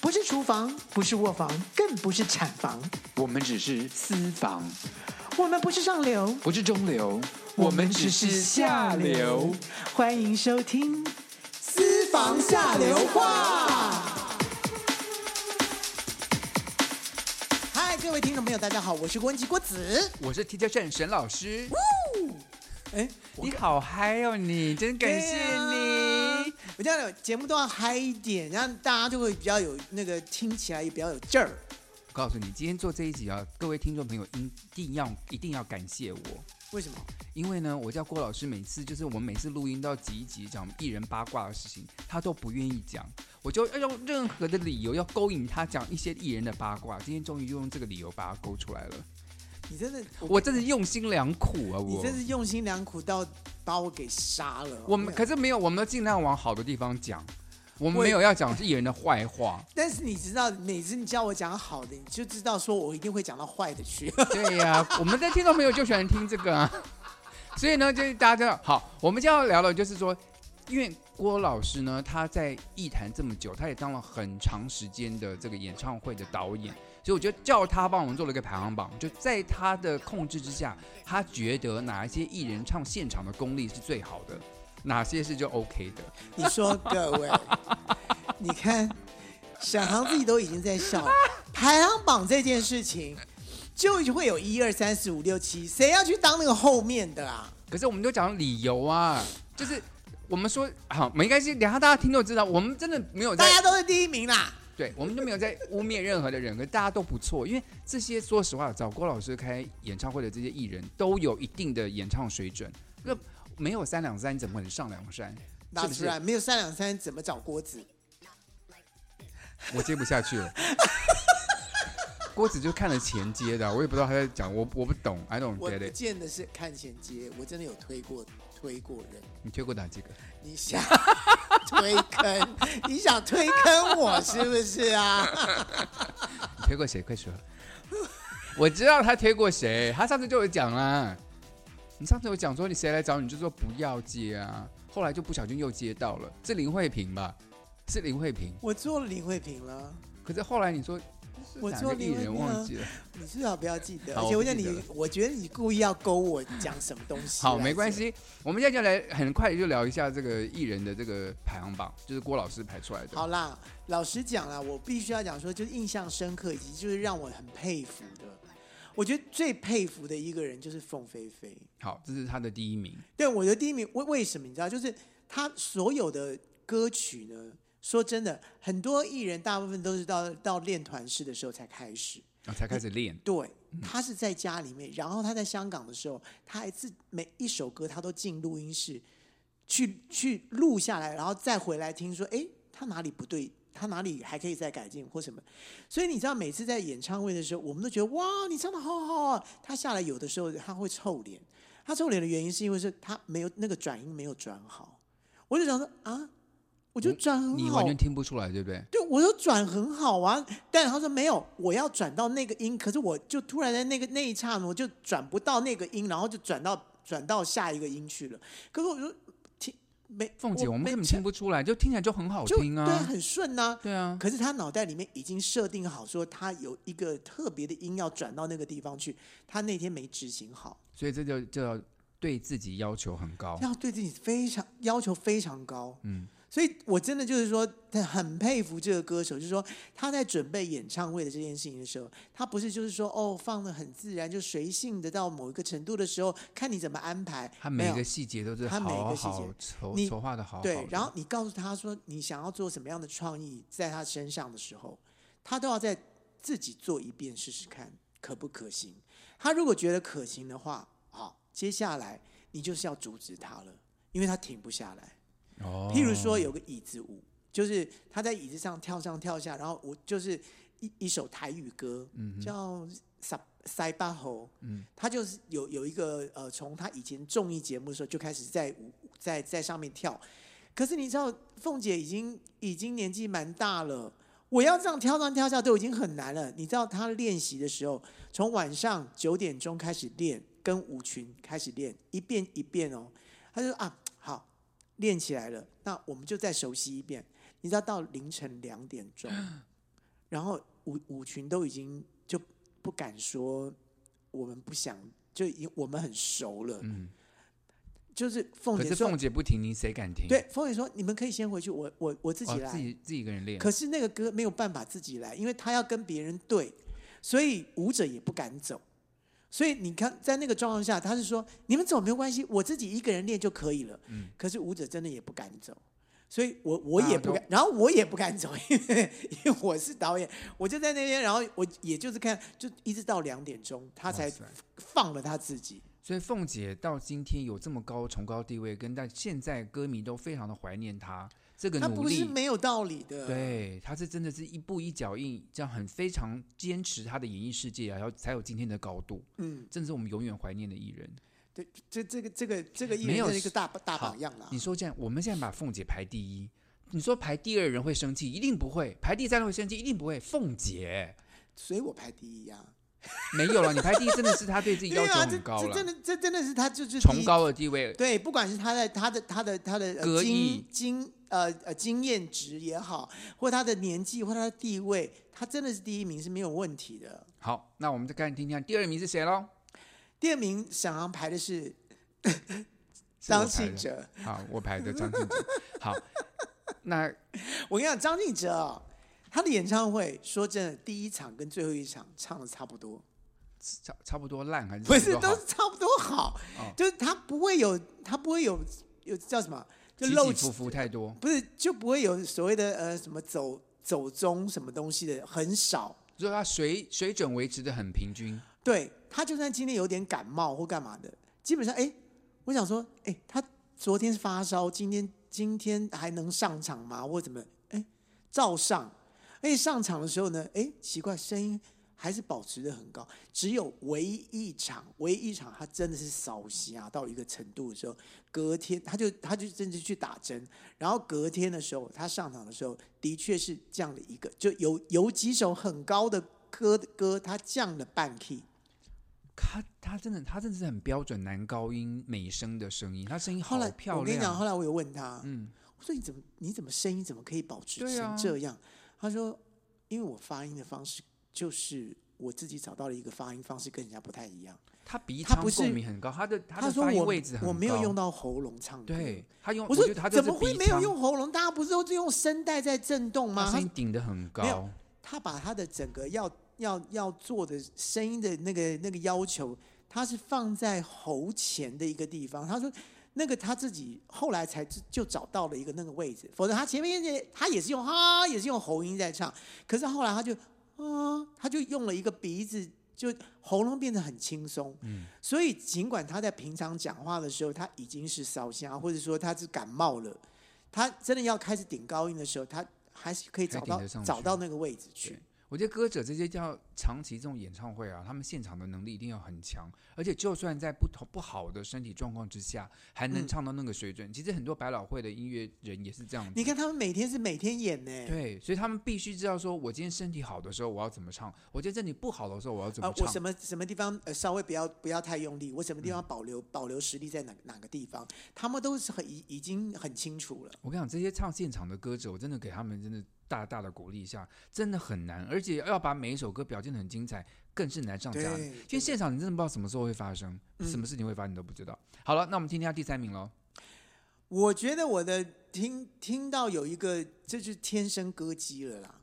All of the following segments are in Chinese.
不是厨房，不是卧房，更不是产房，我们只是私房，我们不是上流，不是中流，我们只是下流。。欢迎收听《私房下流话。嗨，各位听众朋友，大家好，我是郭文琪郭子。我是 TJ 圣沈老师。哎，你好嗨哦你，真感谢你。哎我这样的节目都要嗨一点，让大家就会比较有那个听起来也比较有劲儿。告诉你，今天做这一集啊，各位听众朋友一定要一定要感谢我。为什么？因为呢，我叫郭老师，每次就是我们每次录音都要集一集讲艺人八卦的事情，他都不愿意讲，我就要用任何的理由要勾引他讲一些艺人的八卦。今天终于就用这个理由把他勾出来了，你真的，我真是用心良苦啊！你我真是用心良苦到把我给杀了。我们没有可是没有，我们都尽量往好的地方讲，我们没有要讲艺人的坏 话。但是你知道，每次你叫我讲好的，你就知道说我一定会讲到坏的 去。对呀、我们的听众朋友就喜欢听这个啊。 所以呢，就是大家就好，我们就要聊的就是说，因为郭老师呢，他在艺坛这么久，他也当了很长时间的这个演唱会的导演，所以我就叫他帮我们做了一个排行榜，就在他的控制之下，他觉得哪一些艺人唱现场的功力是最好的，哪些是就 OK 的。你说各位，你看，沈航自己都已经在笑了，排行榜这件事情，就会有一二三四五六七，谁要去当那个后面的啊？可是我们都讲理由啊，就是我们说好，我们应该是等一下大家听就知道，我们真的没有在大家都是第一名啦。对，我们都没有在污蔑任何的人，可大家都不错，因为这些说实话，找郭啊老师开演唱会的这些艺人都有一定的演唱水准，那没有三两三怎么可能上梁山？那是不突是？然没有三两三怎么找郭子？我接不下去 了。郭子就看了前接的，我也不知道他在讲，我我不懂，I don't 我 get 不 it。见得是看前接，我真的有推过推过人。你推过哪几个？你想 推坑，你想推坑我是不是啊？你推过谁？快说！ 我知道他推过谁，他上次就有讲啦。你上次有讲说你谁来找你就说不要接啊，后来就不小心又接到了，是林慧萍吧？是林慧萍。我做了林慧萍了，可是后来你说是我哪做个林艺慧人萍忘啊。记了？你最好不要记得，好而且我我不觉得记得你，我觉得你故意要勾我讲什么东西。好，没关。系，我们现在就来很快就聊一下这个艺人的这个排行榜，就是郭老师排出来的。好啦，老实讲啦，我必须要讲说，就是印象深刻，以及就是让我很佩服的。我觉得最佩服的一个人就是凤飞飞。好，这是他的第一名。对，我的第一名为为什么你知道？就是他所有的歌曲呢，说真的，很多艺人大部分都是到到练团式的时候才开始。啊，才开始练，对，嗯他是在家里面，然后他在香港的时候，他一次每一首歌他都进录音室去去录下来，然后再回来听说，哎，他哪里不对，他哪里还可以再改进或什么。所以你知道，每次在演唱会的时候，我们都觉得哇，你唱的好好啊。他下来有的时候他会臭脸，他臭脸的原因是因为是他没有那个转音没有转好。我就想说啊，我就转很好，嗯你完全听不出来，对不对？对，我说转很好啊，但他说没有，我要转到那个音，可是我就突然在那个那一刹那，我就转不到那个音，然后就转到转到下一个音去了。可是我说听没，凤姐，我们没根本唱听不出来，就听起来就很好就听对，啊。很顺呐、对啊，可是他脑袋里面已经设定好，说他有一个特别的音要转到那个地方去，他那天没执行好，所以这就就要对自己要求很高。要对自己非常要求非常高。嗯，所以我真的就是说，很佩服这个歌手，就是说他在准备演唱会的这件事情的时候，他不是就是说哦放的很自然，就随性的到某一个程度的时候，看你怎么安排。他每一没个有细节都是他每一好个细好节筹你筹划的好好的。对，然后你告诉他说你想要做什么样的创意在他身上的时候，他都要再自己做一遍试试看可不可行。他如果觉得可行的话，好，接下来你就是要阻止他了，因为他停不下来。哦譬如说有个椅子舞，就是他在椅子上跳上跳下，然后我就是一一首台语歌，叫塞塞巴侯，他就是有有一个呃，从他以前综艺节目的时候就开始在舞在在上面跳，可是你知道凤姐已经已经年纪蛮大了。我要这样跳上跳下都已经很难了，你知道她练习的时候，从晚上九点钟开始练，跟舞群开始练，一遍一遍哦。她就说啊，好，练起来了，那我们就再熟悉一遍。你知道到凌晨两点钟， 然后舞舞群都已经就不敢说我们不想，就已经我们很熟了。嗯，就是凤可姐是说凤，姐不停，你谁敢停？对，凤姐说你们可以先回去，我我我自己哦来。自己自己一个人练。可是那个歌没有办法自己来，因为他要跟别人对，所以舞者也不敢走。所以你看，在那个状况下，他是说你们走没有关系，我自己一个人练就可以了。嗯啊可是舞者真的也不敢走，所以我我也不大家敢，然后我也不敢走，因为因为我是导演，我就在那边，然后我也就是看，就一直到两点钟，他才哇塞放了他自己。所以凤姐到今天有这么高崇高地位，跟但现在歌迷都非常的怀念她这个他努不是力。没有道理的，，对，她是真的是一步一脚印，这样很非常坚持她的演艺世界啊，然后才有今天的高度，嗯，真是我们永远怀念的艺人。对，这这个这个这个艺没人有真是一个大大好榜样啦。你说这样，我们现在把凤姐排第一，你说排第二人会生气，一定不会；排第三人会生气，一定不会。凤姐所以我排第一啊呀、没有了，你排第一真的是她 对自己对要求啊，这很高这真了，的，这真的是他就是第崇一高的地位。对，不管是他的他的他的他的、歌呃、艺经经呃呃经验值也好，或他的年纪或他的地位，他真的是第一名是没有问题的。好，那我们再看听听第二名是谁喽？第二名沈航排的 是是我张排信的。哲，好，我排的张信哲。好，那我跟你讲，张信哲哦，他的演唱会说真的，第一场跟最后一场唱的差不多，差差不多烂还是不是 差不多都好是差不多好，哦就是他不会有他不会有有叫什么，就起露起伏伏太多。不是就不会有所谓的呃什么走走中什么东西的，很少。所以他水水准维持的很平均，对他就算今天有点感冒或干嘛的，基本上哎，我想说哎，他昨天是发烧，今天今天还能上场吗？或怎么哎，照上。而且上场的时候呢，哎，奇怪，声音还是保持的很高。只有唯一一场，唯一一场他真的是扫瞎到一个程度的时候，隔天他就他就甚至去打针，然后隔天的时候他上场的时候，的确是这样的一个，就有有几首很高的歌歌，他降了半 key。他他真的他真的是很标准男高音美声的声音，他声音好后来漂亮。啊我跟你讲，后来我有问他，嗯，我说你怎么你怎么声音怎么可以保持对成啊这样？他说，因为我发音的方式就是我自己找到了一个发音方式跟人家不太一样。他鼻他腔不是共鸣很高，他的他的说发音我位置很高。我没有用到喉咙唱歌。对，他用，我觉说得他怎就是么会鼻没有腔？用喉咙？大家不是都是用声带在震动吗？他他声音顶得很没高有，他把他的整个要要要做的声音的那个那个要求，他是放在喉前的一个地方。他说那个他自己后来才知就找到了一个那个位置，否则他前面也他也是用哈、也是用喉音在唱，可是后来他就啊，他就用了一个鼻子。就喉咙变得很轻松，嗯所以尽管他在平常讲话的时候，他已经是烧瞎，或者说他是感冒了，他真的要开始顶高音的时候，他还是可以还找顶到得上找去到那个位置去对。我觉得歌者这些叫长期这种演唱会啊，他们现场的能力一定要很强，而且就算在不同不好的身体状况之下，还能嗯唱到那个水准。其实很多百老汇的音乐人也是这样子。你看他们每天是每天演呢、对，所以他们必须知道说，我今天身体好的时候我要怎么唱，我今天身体不好的时候我要怎啊、么我唱。嗯什么什么地方呃稍微不要不要太用力，我什么地方保留、保留实力在哪哪个地方，他们都是很已已经很清楚了。我跟你讲，这些唱现场的歌者，我真的给他们真的大大的鼓励一下，真的很难，而且要把每一首歌表现的很精彩，更是难上加难。对因为现场你真的不知道什么时候会发生，嗯什么事情会发生你都不知道。好了，那我们听听下第三名喽。我觉得我的听听到有一个，这就是天生歌姬了啦，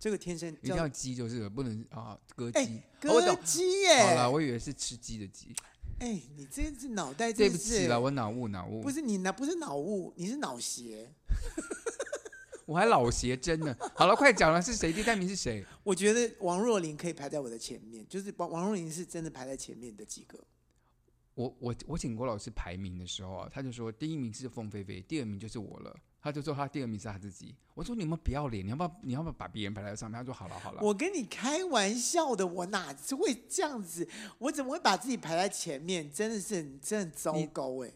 这个天生一定叫要鸡就是了不能啊歌哎鸡。哦我歌懂姬耶、好了，我以为是吃鸡的鸡，哎、你这是脑袋对真是不起了，我脑雾脑雾不，是你呢，不是脑雾，你是脑邪。我还老邪真呢。好了，快讲了是谁？第三名是谁？我觉得王若琳可以排在我的前面，就是王王若琳是真的排在前面的几个。我我我请郭老师排名的时候啊，他就说第一名是凤飞飞，第二名就是我了。他就说他第二名是他自己。我说你们不要脸，你要不要你要不要把别人排在上面？他说好了好了。我跟你开玩笑的，我哪会这样子？我怎么会把自己排在前面？真的是很真的很糟糕哎、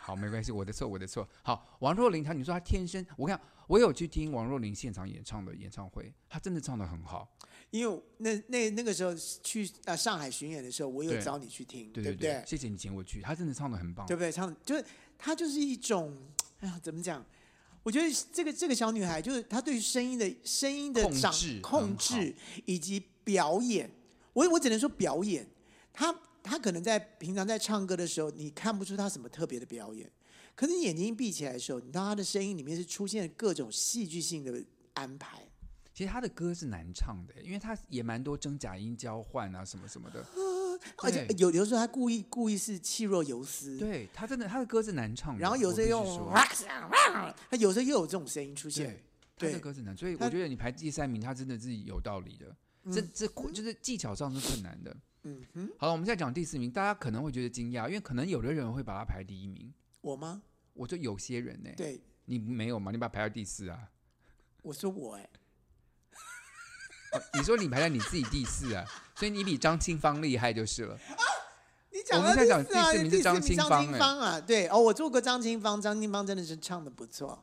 好没关系，我的错我的错。好，王若琳她你说她天生，我看我有去听王若琳现场演唱的演唱会，她真的唱的很好。因为那那那个时候去啊上海巡演的时候，我有对找你去听，对对不对？谢谢你请我去，她真的唱的很棒对。不对？唱就是他就是一种，哎呀，怎么讲？我我觉得这个这个小女孩就是她对声音的声音的控掌制控很制以及表演，我我只能说表演，她她可能在平常在唱歌的时候，你看不出她什么特别的表演，可是你眼睛闭起来的时候，你到她的声音里面是出现各种戏剧性的安排。其实他的歌是难唱的，因为他也蛮多真假音交换啊，什么什么 的。而且对有有的时候他故意故意是气若游丝，对他真的，他的歌是难唱的。然后有时候时又候 说，他有时候又有这种声音出现对，，他对的歌是难，所以他我觉得你排第三名，他真的是有道理的。这这就是技巧上是困难的。嗯哼，好了，我们现在讲第四名，大家可能会觉得惊讶，因为可能有的人会把他排第一名。我吗？我说有些人呢、对，你没有嘛？你把他排到第四啊？我说我哎、哦你说你排在你自己第四啊，所以你比张清芳厉害就是了。你讲我到们在第讲四啊，第四名是张清清芳哎芳啊，对哦，我做过张清芳，张清芳真的是唱的不错。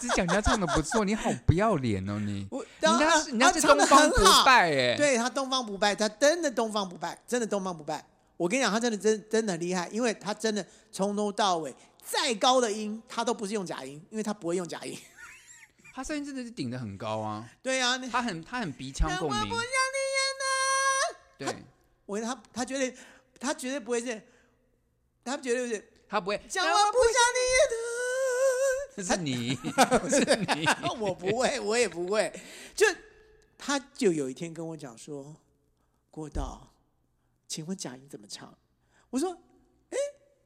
只讲人家唱的不错，你好不要脸哦你！我人家啊是人家啊是唱东得方很不好，败哎、对他东方不败，他真的东方不败，真的东方不败。我跟你讲，他真的真真的很厉害，因为他真的从头到尾再高的音，他都不是用假音，因为他不会用假音。 他声音真的是顶得很高啊，对啊，你他很他很鼻腔共鸣，对我他他绝对他绝对不会是，他绝对不是他不会，讲我不这是 你，不是你，想你的，哦我不会，我也不会。就他就有一天跟我讲说，郭导，请问假音怎么唱？我说，哎、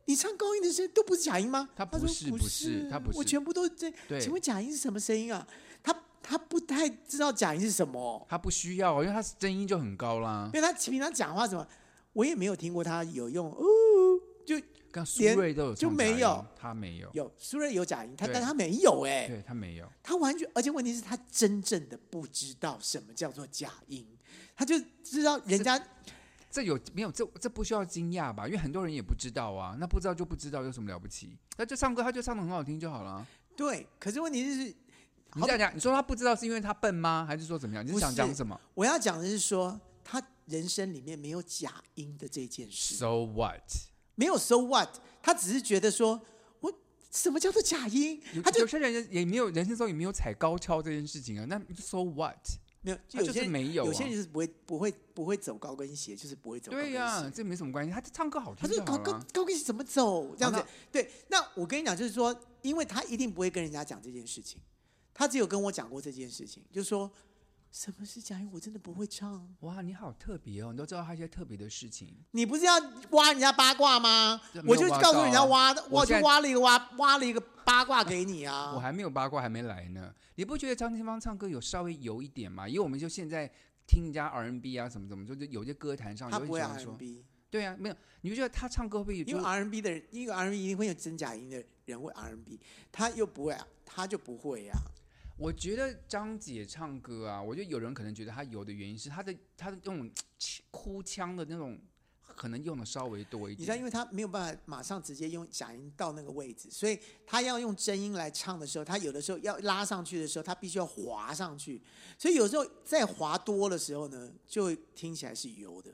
你唱高音的声音都不是假音吗？他他不说是不不是他不我是全部都是这。对请问假音是什么声音啊？他他不太知道假音是什么。 他不需要，哦因为他声音就很高啦因，为他平常讲话什么，我也没有听过他有用哦，就刚苏连芮都有就唱没假音有，他没有，有虽然有假音，他对但他没有哎、对他没有，他完全，而且问题是他真正的不知道什么叫做假音，他就知道人家这有没有这这不需要惊讶吧？因为很多人也不知道啊，那不知道就不知道有什么了不起？他就唱歌，他就唱的很好听就好了啊。对，可是问题是，你这样讲，你说他不知道是因为他笨吗？还是说怎么样？你不是想是讲什么我要讲的是说，他人生里面没有假音的这件事， ？So what？没有 so what，他只是觉得说我什么叫做假音有，他就有些人也没有人生中也没有踩高跷这件事情啊。那 so what？没有，他就有是些人没有、啊。有些人就是不会不会不会走高跟鞋，就是不会走高跟对鞋。呀、这没什么关系，他就唱歌好他听说就高好高了啊。高跟鞋怎么走这样子那？对，那我跟你讲，就是说，因为他一定不会跟人家讲这件事情，他只有跟我讲过这件事情，就说什么是假音，我真的不会唱。哇，你好特别哦，你都知道他一些特别的事情。你不是要挖人家八卦吗这？没有我就挖告诉到人家啊挖，我我就现在挖了一个挖挖了一个八卦给你啊。我还没有八卦，还没来呢。你不觉得张清芳唱歌有稍微油一点吗？因为我们就现在听人家 R&B 啊，什么怎么，就是有些歌坛上他有一不会些人说， R&B，对啊，没有，你不觉得他唱歌会不会因就为 R&B 的人，因为 R&B 一定会有真假音的人会 R&B，他又不会啊，他就不会啊。我觉得张姐唱歌啊，我觉得有人可能觉得她有的原因是她的她的那种哭腔的那种，可能用的稍微多一你知道，因点。为他没有办法马上直接用假音到那个位置，所以他要用真音来唱的时候，他有的时候要拉上去的时候，他必须要滑上去，所以有时候再滑多的时候呢，就会听起来是油的，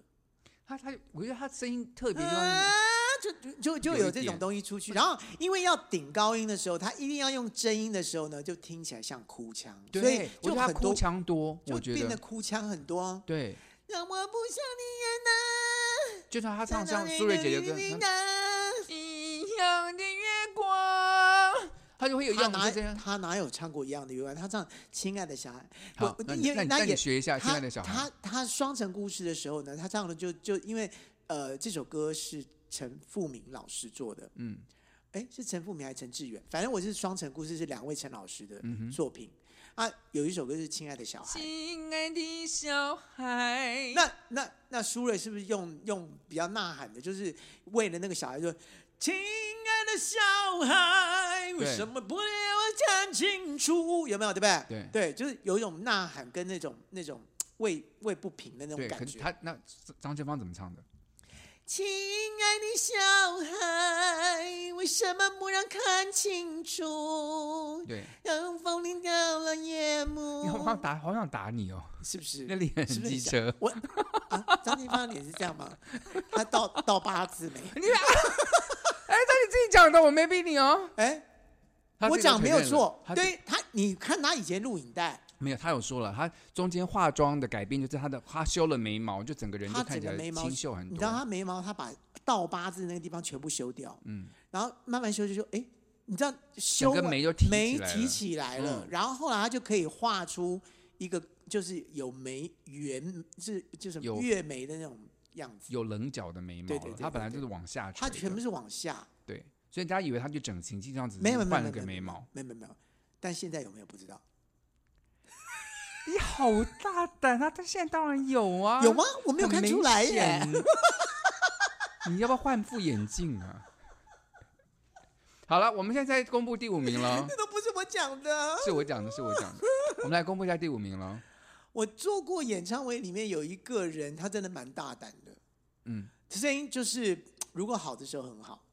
她她，我觉得她声音特别地啊方，就就就啊就有有一这种点东西出去。然后因为要顶高音的时候，他一定要用真音的时候呢，就听起来像哭腔，所以对，我就觉得她很多哭腔多，就我觉变得得哭腔很多啊。对，让我不像就像她你人啊，唱像苏芮姐姐歌，她歌。一样的月光，她就会有一他样的哪就这样。他哪有唱过一样的月光？他唱《亲爱的小孩》不，好，那你因那为你那那也你学一下，亲他爱的小孩他，他双城故事的时候呢，他唱的就就因为呃这首歌是陈富明老师做的，嗯，哎是陈富明还是陈志远？反正我是双城故事是两位陈老师的嗯作品、啊，有一首歌是《亲爱的小孩》。亲爱的小孩，那那那苏芮是不是用用比较呐喊的，就是为了那个小孩说，亲爱的小孩，为对什么不让我看清楚？有没有？对不对？对就是有一种呐喊跟那种那种为为不平的那种对，感可是觉。她那张清芳怎么唱的？亲爱的小孩，为什么不让看清楚？对，让风铃掉了夜幕你好想打，好想打你哦。是不是？那里很是不是机想车，我啊，张清芳的脸是这样吗？ 他倒倒八字眉。你哎，那你自己讲的，我没逼你哦。哎，他我这个讲承没有认了错，他对他，你看他以前录影带，没有，他有说了，他中间化妆的改变就是他的，他修了眉毛，就整个人就他整看起个来眉毛清秀很你知道多。他眉毛，他把倒八字那个地方全部修掉，嗯嗯，然后慢慢修修修，哎，你知道修整个完眉就提起眉来提了起来了，嗯然后后来他就可以画出一个就是有眉圆，是就是有月眉的那种样子，有棱角的眉毛对了，对对他本对来对就是往下垂他的，全部是往下，对，所以大家以为他就整形，就这样子没有没有没换有没了个有眉毛。，没有没有没有，但现在有没有不知道？你好大胆啊！他现在当然有啊有吗？？我没有看出来耶。。 你要不要换副眼镜啊？好了，我们现在在公布第五名了，这都不是我讲的。啊是我讲的，是我讲的。我们来公布一下第五名了。我做过演唱会，里面有一个人，他真的蛮大胆的。嗯，声音就是如果好的时候很好，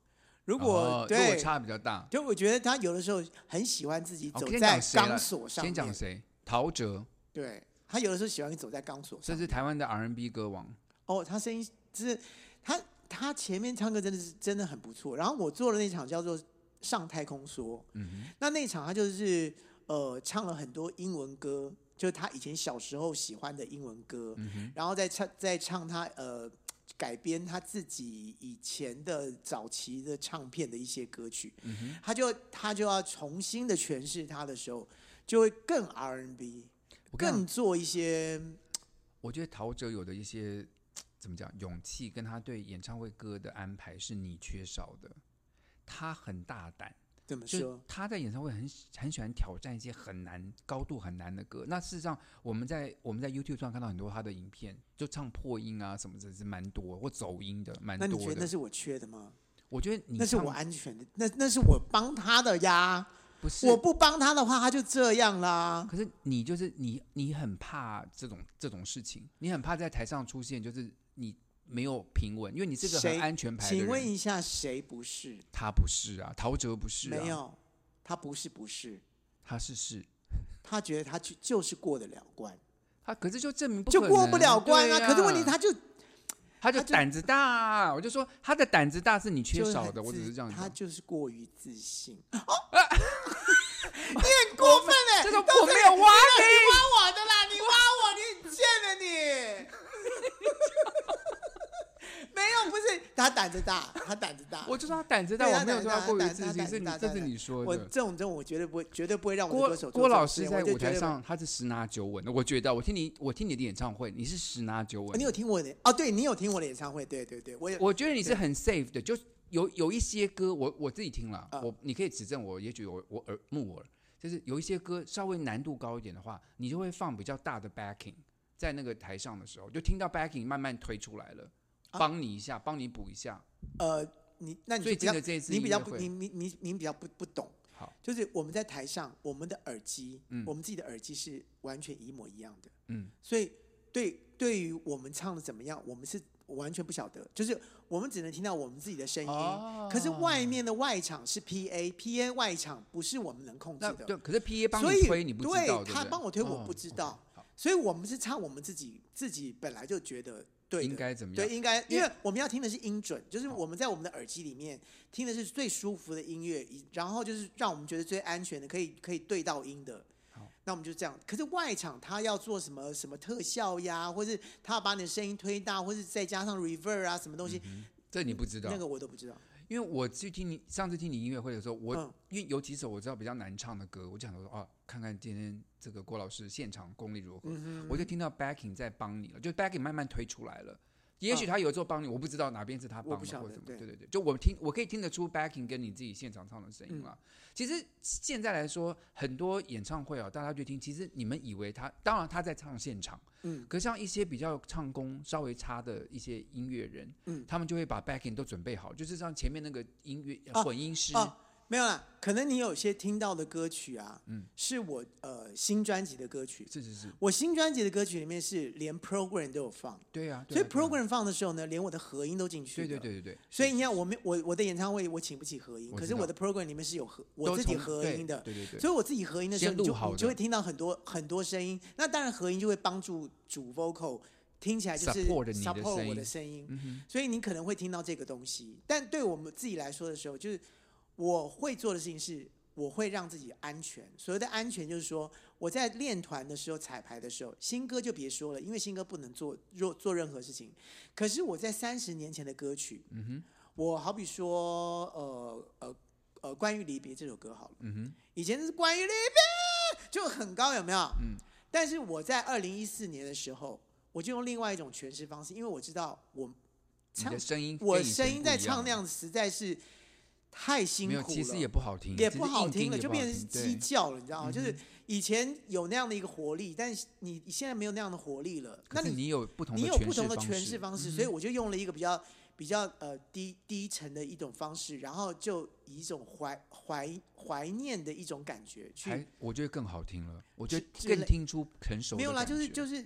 如果、哦如果对，差比较大，就我觉得他有的时候很喜欢自己哦走先在讲谁钢了索上先讲面，谁？陶喆，对他有的时候喜欢走在钢索这上。是台湾的 R&B 歌王。哦，他声音就是他他前面唱歌真的是真的很不错。然后我做的那场叫做《上太空说》，嗯那那场他就是呃唱了很多英文歌，就是他以前小时候喜欢的英文歌，嗯然后再唱再唱他呃改编他自己以前的早期的唱片的一些歌曲，嗯他就他就要重新的诠释他的时候，就会更 R&B，我跟你更讲，做一些我觉得陶喆有的一些怎么讲勇气，跟他对演唱会歌的安排是你缺少的。他很大胆，怎么就是说？他在演唱会很喜很喜欢挑战一些很难、高度很难的歌。那事实上，我们在我们在 YouTube 上看到很多他的影片，就唱破音啊什么的，是蛮多或走音的，蛮那你觉多得那的。是我缺的吗？我觉得你那是唱我安全的，那那是我帮他的呀。不是我不帮他的话，他就这样啦。可是你就是你，你很怕这种这种事情，你很怕在台上出现，就是你没有平稳，因为你是个谁很安全牌的人。请问一下，谁不是？他不是啊，陶喆不是啊，没有，他不是不是，他是是，他觉得他就就是过得了关，他啊可是就证明不就可过不能了关对啊。呀可是问题，他就他就他就胆子大、啊，我就说他的胆子大是你缺就少很的，我只自是这样他讲。就是过于自 信。哦，你很过分哎、这欸！种我没有挖你你，挖我的啦！你挖我，你很贱了你。 没有，不是他胆子大，他胆子大。我就说他胆子大，对我他没有胆说子他大过于胆自他信，胆是子你大这胆是子你说我的。这种这种，我绝对不会，绝对不会让我的郭歌手做郭这种老事师情在我就舞绝台对不上，他是十拿九稳的。我觉得，我听你，我听你的演唱会，你是十拿九稳你。有听我的哦？对你有听我的演唱会？对对对，我有。我觉得你是对很 safe 的，就有有一些歌，我我自己听了，啊我你可以指正我，也许我我耳木耳，就是有一些歌稍微难度高一点的话，你就会放比较大的 backing 在那个台上的时候，就听到 backing 慢慢推出来了，啊帮你一下，帮你补一下。呃，你那你就最比近较的这一次你比音较乐不，会你你你你比较不不懂。好，就是我们在台上，我们的耳机，嗯我们自己的耳机是完全一模一样的，嗯，所以对对于我们唱的怎么样，我们是完全不晓得，就是我们只能听到我们自己的声音。哦可是外面的外场是 PA，PA 外场不是我们能控制那对，的，可是 P A 帮所你以推，你不知道，对他不帮我推，我哦不知道，好所以我们是唱我们自己自己本来就觉得对应的。该怎么样对，？应该因为因为我们要听的是音准，就是好我们在我们的耳机里面听的是最舒服的音乐，以然后就是让我们觉得最安全的，可以可以对到音的好。那我们就这样。可是外场他要做什么什么特效呀，或是他要把你的声音推大，或是再加上 reverb 啊什么东西，这你不嗯知道那，个我都不知道。因为我去听你上次听你音乐会的时候，我、嗯因为有几首我知道比较难唱的歌，我就想说啊，看看今天这个郭老师现场功力如何。嗯我就听到 backing 在帮你了，就 backing 慢慢推出来了。也许嗯他有时候帮你，我不知道哪边是他我帮不的晓或得什么。对对对对，就我听我可以听得出 backing 跟你自己现场唱的声嗯音啦。其实现在来说，很多演唱会啊，大家去听，其实你们以为他，当然他在唱现场，嗯，可像一些比较唱功稍微差的一些音乐人，嗯他们就会把 backing 都准备好，就是让前面那个音乐、啊混音师，哦，没有啦，可能你有些听到的歌曲啊，嗯是我呃新专辑的歌曲。是是是，我新专辑的歌曲里面是连 program 都有放，对啊，对所以啊对啊 program 放的时候呢，连我的合音都进去对了。对对对对，所以你看，我没我我的演唱会我请不起合音，我可知是道我的 program 里面是有合我都自己从合对音的，对对对，所以我自己合音的时候，先你录就好你就的会听到很多很多声音。那当然合音就会帮助主 vocal 听起来就是 Support 你的 support 声音我的声音，嗯所以你可能会听到这个东西。但对我们自己来说的时候，就是我会做的事情是，我会让自己安全。所谓的安全，就是说我在练团的时候彩排的时候，新歌就别说了，因为新歌不能做做做任何事情。可是我在三十年前的歌曲，嗯哼，我好比说，呃呃呃，关于离别这首歌好了，嗯哼，以前是关于离别就很高，有没有？嗯，但是我在二零一四年的时候，我就用另外一种诠释方式，因为我知道我你唱的声音跟以我前声音在不一样唱那样实在是太辛苦没了，有，其实也不好听，也其不实好硬听了，也就不好变成是听鸡对嗯叫了，你知道吗？就是以前有那样的一个活力，但是你现在没有那样的活力了。那可是你你有不同的你有不同的诠诠释释嗯方式，所以我就用了一个比较比较呃低低沉的一种方式，然后就以一种怀怀怀念的一种感觉去还我觉得更好听了，我觉得之更类听出成熟的没有啦，就是感觉就是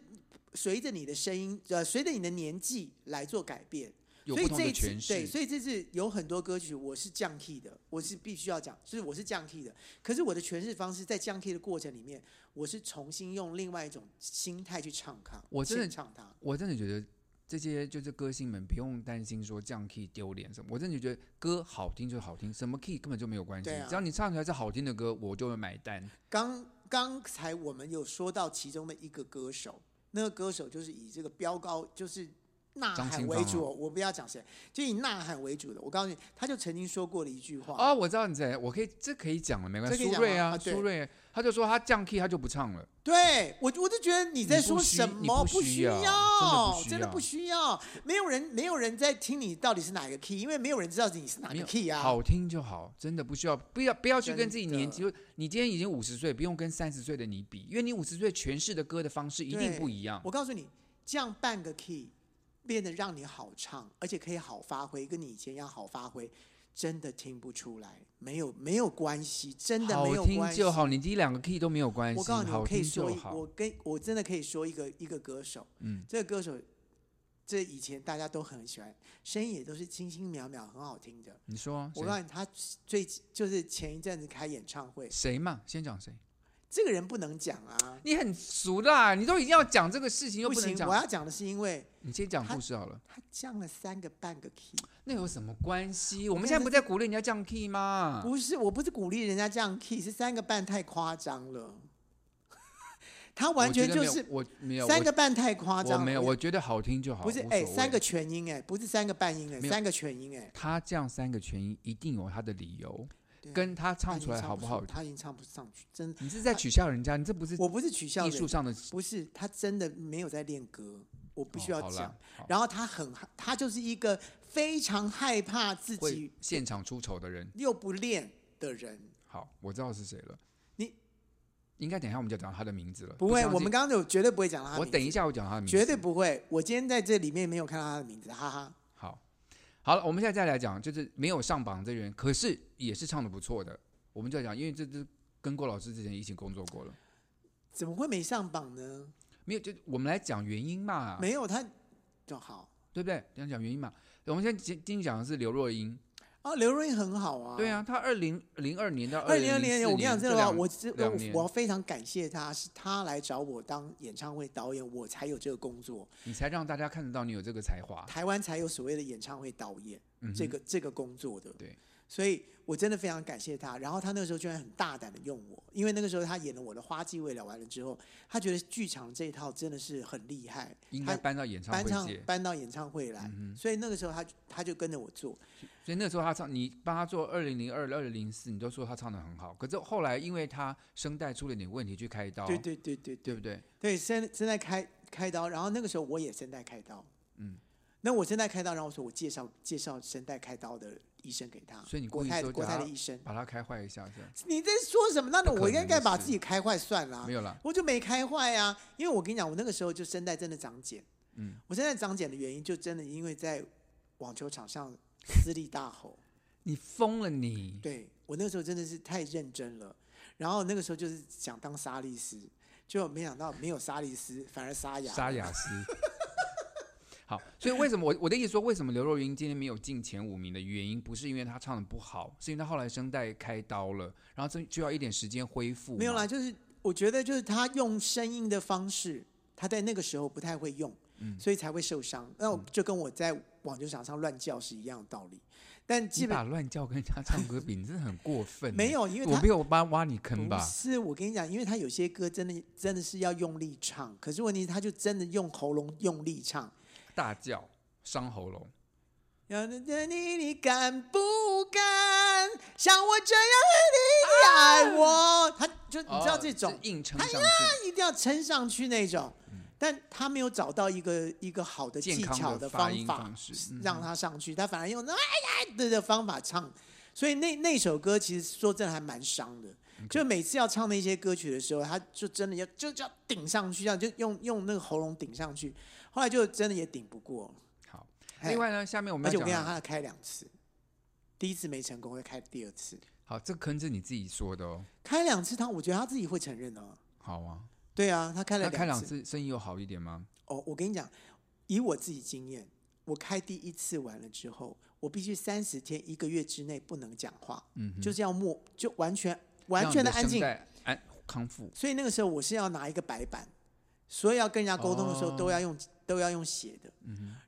随着你的声音呃随着你的年纪来做改变。有所以不同这的一次诠对，释，所以这次有很多歌曲我是降 key 的，我是必须要讲，就是我是降 key 的。可是我的诠释方式在降 key 的过程里面，我是重新用另外一种心态去唱它，我真的清唱它。我真的觉得。这些就是歌星们不用担心说这样 key 丢脸什么，我真的觉得歌好听就好听，什么 key 根本就没有关系，对啊只要你唱出来是好听的歌，我就会买单。刚刚才我们有说到其中的一个歌手，那个歌手就是以这个飙高，就是呐张喊清为芳啊主哦，我不要讲谁，就以呐喊为主的。我告诉你，他就曾经说过了一句话，哦，我知道你在，我可以这可以讲了，没关这系。可以苏讲芮吗啊，啊对苏芮，他就说他降 key 他就不唱了，对我，我就觉得你在你不说需什你么？不需需要要，真的不需要真的不需要。没有人，没有人在听你到底是哪个 key，因为没有人知道你是哪没个有 key 啊。好听就好，真的不需要，不要不要去跟自己真的年纪，就你今天已经五十岁，不用跟三十岁的你比，因为你五十岁诠释的歌的方式一定对不一样。我告诉你，这样半个 key 变得让你好唱，而且可以好发挥，跟你以前一样好发挥，真的听不出来，没有没有关系，真的没有好听关系。就好，你第一两个 key 都没有关系，我告诉你，好我可以听说就一，好我。跟我真的可以说一个一个歌手，嗯，这个歌手，这以前大家都很喜欢，声音也都是轻轻渺渺，很好听的。你说我告诉你，他最就是前一阵子开演唱会谁，谁嘛？先讲谁？这个人不能讲啊，你很熟啦，你都已经要讲这个事情，又不能行，讲我。要讲的是因为你先讲他故事好了，他降了三个半个 key，、那有什么关系？我们跟现在你不在鼓励人家降 key 吗？不是，我不是鼓励人家降 key，是三个半太夸张了， 他完全我觉得就没有是我没有三个半太夸我我张了，没有，我觉得好听就好。不是无哎、所谓三个全音哎、不是三个半音哎、没有三个全音哎、他这样三个全音一定有他的理由，对跟他他唱已出经来好不不出好？他已经唱不上去，真的，你是在取笑人家，你这不是我不是取笑艺人术，上的不是他真的没有在练歌，我必须哦要好啦讲。好然后他很，他就是一个非常害怕自会己现场出丑的人。又不练的人。好，我知道是谁了。你应该等一下我们就讲他的名字了。不会，相信我们刚刚有绝对不会讲到他的我名字等一下我讲他的名字，绝对不会。我今天在这里面没有看到他的名字，哈哈。好。好了，我们现在再来讲，就是没有上榜这个人，可是也是唱的不错的。我们就来讲，因为这这跟郭老师之前一起工作过了，怎么会没上榜呢？没有就我们来讲原因嘛。没有他就好对不对？讲讲原因嘛。我们现在今今天讲的是刘若英，哦，刘若英很好啊。对。啊，她二零零二年到二零零二零年，我跟你讲真的话，我是两我年我要非常感谢他，是他来找我当演唱会导演，我才有这个工作，你才让大家看得到你有这个才华。台湾才有所谓的演唱会导演。啊嗯这哼，个这个工作的。对，所以我真的非常感谢他。然后他那个时候居然很大胆的用我，因为那个时候他演了我的《花季未了》完了之后，他觉得剧场这一套真的是很厉害，应该他搬到演唱搬会嗯唱界。搬到演唱会来。所以那个时候他他就跟着我做，所以那时候她唱，你帮她做二零零二、二零零四，你都说她唱的很好。可是后来因为她声带出了点问题，去开刀，对对对对对对不对？对，现现在开开刀，然后那个时候我也声带开刀，嗯嗯，那我声带开刀，然后我说我介绍介绍声带开刀的医生给他，所以你故国意泰说国叫泰他的医生，把她开坏一下是吧？你在说什么？那不可我能应该的把事自己开坏算了啊、没有啦，我就没开坏啊，因为我跟你讲，我那个时候就声带真的长茧。嗯嗯，我声带长茧的原因，就真的因为在网球场上私力大吼。你疯了你！对我那个时候真的是太认真了，然后那个时候就是想当沙利斯，就没想到没有沙利斯，反而沙哑。沙雅 斯。好，所以为什么我我的意思说，为什么刘若英今天没有进前五名的原因，不是因为她唱的不好，是因为她后来声带开刀了，然后这需要一点时间恢复。没有啦，，就是我觉得就是他用声音的方式，他在那个时候不太会嗯用，所以才会受伤。那我就跟我在网球场上乱叫是一样的道理。但你基本把乱叫跟人家唱歌 比，你真的很过分欸。没有，啊因为我他没有挖挖你坑不吧？是，我跟你讲，因为他有些歌真的真的是要用力唱，可是问题他就真的用喉咙用力唱。大叫伤喉咙，要的你，你敢不敢像我这样的你爱我？他就你知道哦这种，硬撑上去，一定要撑上去那种，但他没有找到一个一个好的健技康巧的发方音法方式嗯让他上去，他反而用那哎呀的的方法唱，所以那那首歌其实说真的还蛮伤的。就每次要唱那些歌曲的时候，他就真的要就就要顶上去，这样就用用那个喉咙顶上去，后来就真的也顶不过。好。嘿另外呢，下面我们哎而且要我讲跟你讲，啊他的，开两次，第一次没成功会开第二次，好，这个坑是你自己说的哦。开两次他我觉得他自己会承认哦。好啊，对啊，他开了那开两朗次，是生意有好一点吗？哦，我跟你讲，以我自己经验，我开第一次完了之后，我必须三十天一个月之内不能讲话，嗯哼，就是要默，就完全完让全你的的安声静。带安康复。所以那个时候我是要拿一个白板，所以要跟人家沟通的时候哦都要用、都要用写的。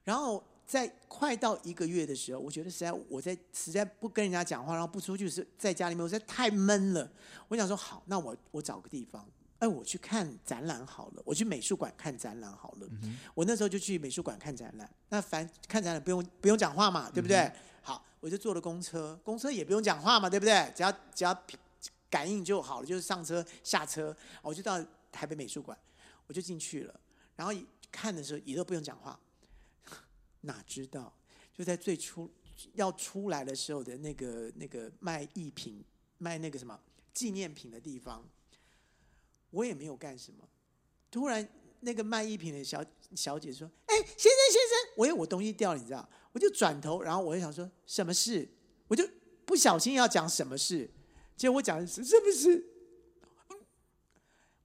然后在快到一个月的时候，我觉得实在我在实在不跟人家讲话，然后不出去是在家里面，我实在太闷了。我想说好，那我我找个地方。哎，我去看展览好了，我去美术馆看展览好了。我那时候就去美术馆看展览。那反看展览不用不用讲话嘛，对不对？好，我就坐了公车，公车也不用讲话嘛，对不对？只要只要感应就好了，就是上车下车，哦我就到台北美术馆，我就进去了，然后一看的时候也都不用讲话， 哪知道就在最初要出来的时候的那个那个卖艺品卖那个什么纪念品的地方，我也没有干什么，突然那个卖艺品的小小姐说：“哎、先生先生，我有我东西掉了，你知道？”我就转头，然后我就想说什么事，我就不小心要讲什么事，结果我讲的是什么事，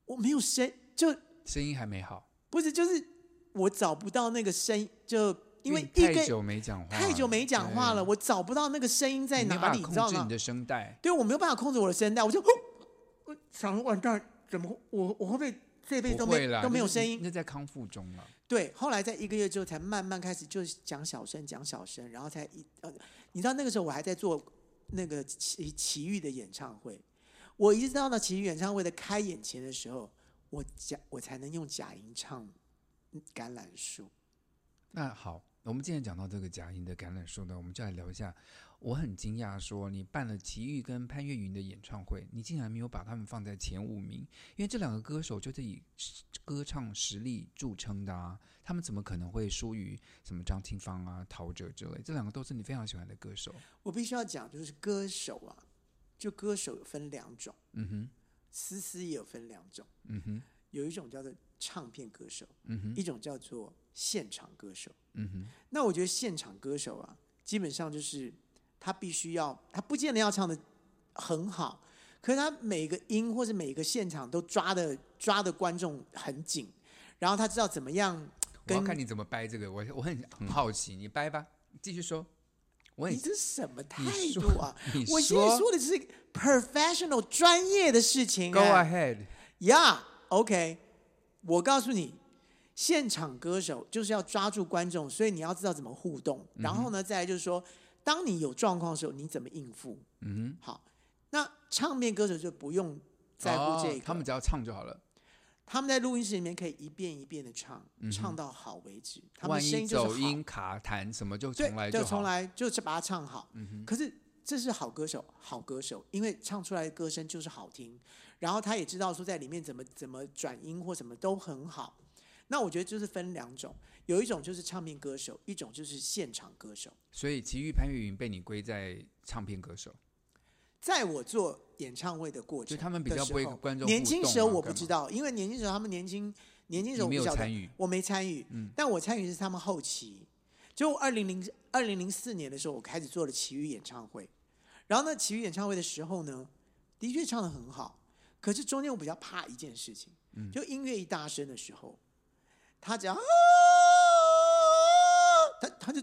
我没有声，就声音还没好，不是就是我找不到那个声，就因为你一太根久没讲话了，太久没讲话了，我找不到那个声音对，在你没哪办里，法你知道控制吗你？的声带，对我没有办法控制我的声带，我就，哦我想说完蛋，怎么我我会不会这辈子不都会没啦，都没有那声音？那在康复中了。对，后来在一个月之后才慢慢开始，就是讲小声，讲小声，然后才一呃，你知道那个时候我还在做那个奇奇遇的演唱会，我一直到到奇遇演唱会的开演前的时候，我假我才能用假音唱《橄榄树》。那好，我们既然讲到这个假音的橄榄树呢，我们就来聊一下。我很惊讶，说你办了齐豫跟潘越云的演唱会，你竟然没有把他们放在前五名，因为这两个歌手就是以歌唱实力著称的啊，他们怎么可能会输于什么张清芳啊、陶喆之类？这两个都是你非常喜欢的歌手。我必须要讲，就是歌手啊，就歌手有分两种，嗯哼，思思也有分两种，嗯哼，有一种叫做唱片歌手，嗯哼，一种叫做现场歌手。嗯哼，那我觉得现场歌手啊，基本上就是他必须要，他不见得要唱的很好，可是他每个音或是每个现场都抓的抓的观众很紧，然后他知道怎么样我跟要嗯看你怎么掰这个，我我很很好奇，你掰吧，继续说。我很你这什么态你度说啊？你我现在说的是 professional 专业的事情、 ，Go 啊。 ahead，呀、yeah,，OK，我告诉你，现场歌手就是要抓住观众，所以你要知道怎么互动。嗯然后呢，再来就是说，当你有状况的时候，你怎么应付？嗯好，那唱片歌手就不用哼，在乎这哦个，他们只要唱就好了。他们在录音室里面可以一遍一遍的唱，唱到好为止，他们嗯万的声一音就是走好，音卡弹什么就重来对，就好。嗯重来，就是把它唱好。可是这是好歌手，好歌手，因为唱出来的歌声就是好听，然后他也知道说在里面怎么怎么转音或什么都很好。那我觉得就是分两种，有一种就是唱片歌手，一种就是现场歌手。所以齐豫、潘越云被你归在唱片歌手，在我做演唱会的过就程，他们比较不会的时候跟观众互动啊年轻时候我不干嘛知道，因为年轻时候他们年轻，年轻时你候我没不有晓得参，与。我没参与，但我参与的是他们后期。就二零零二零零四年的时候，我开始做了奇遇演唱会，然后呢，奇遇演唱会的时候呢，的确唱的很好，可是中间我比较怕一件事情，就音乐一大声的时候，他只要、啊、他他就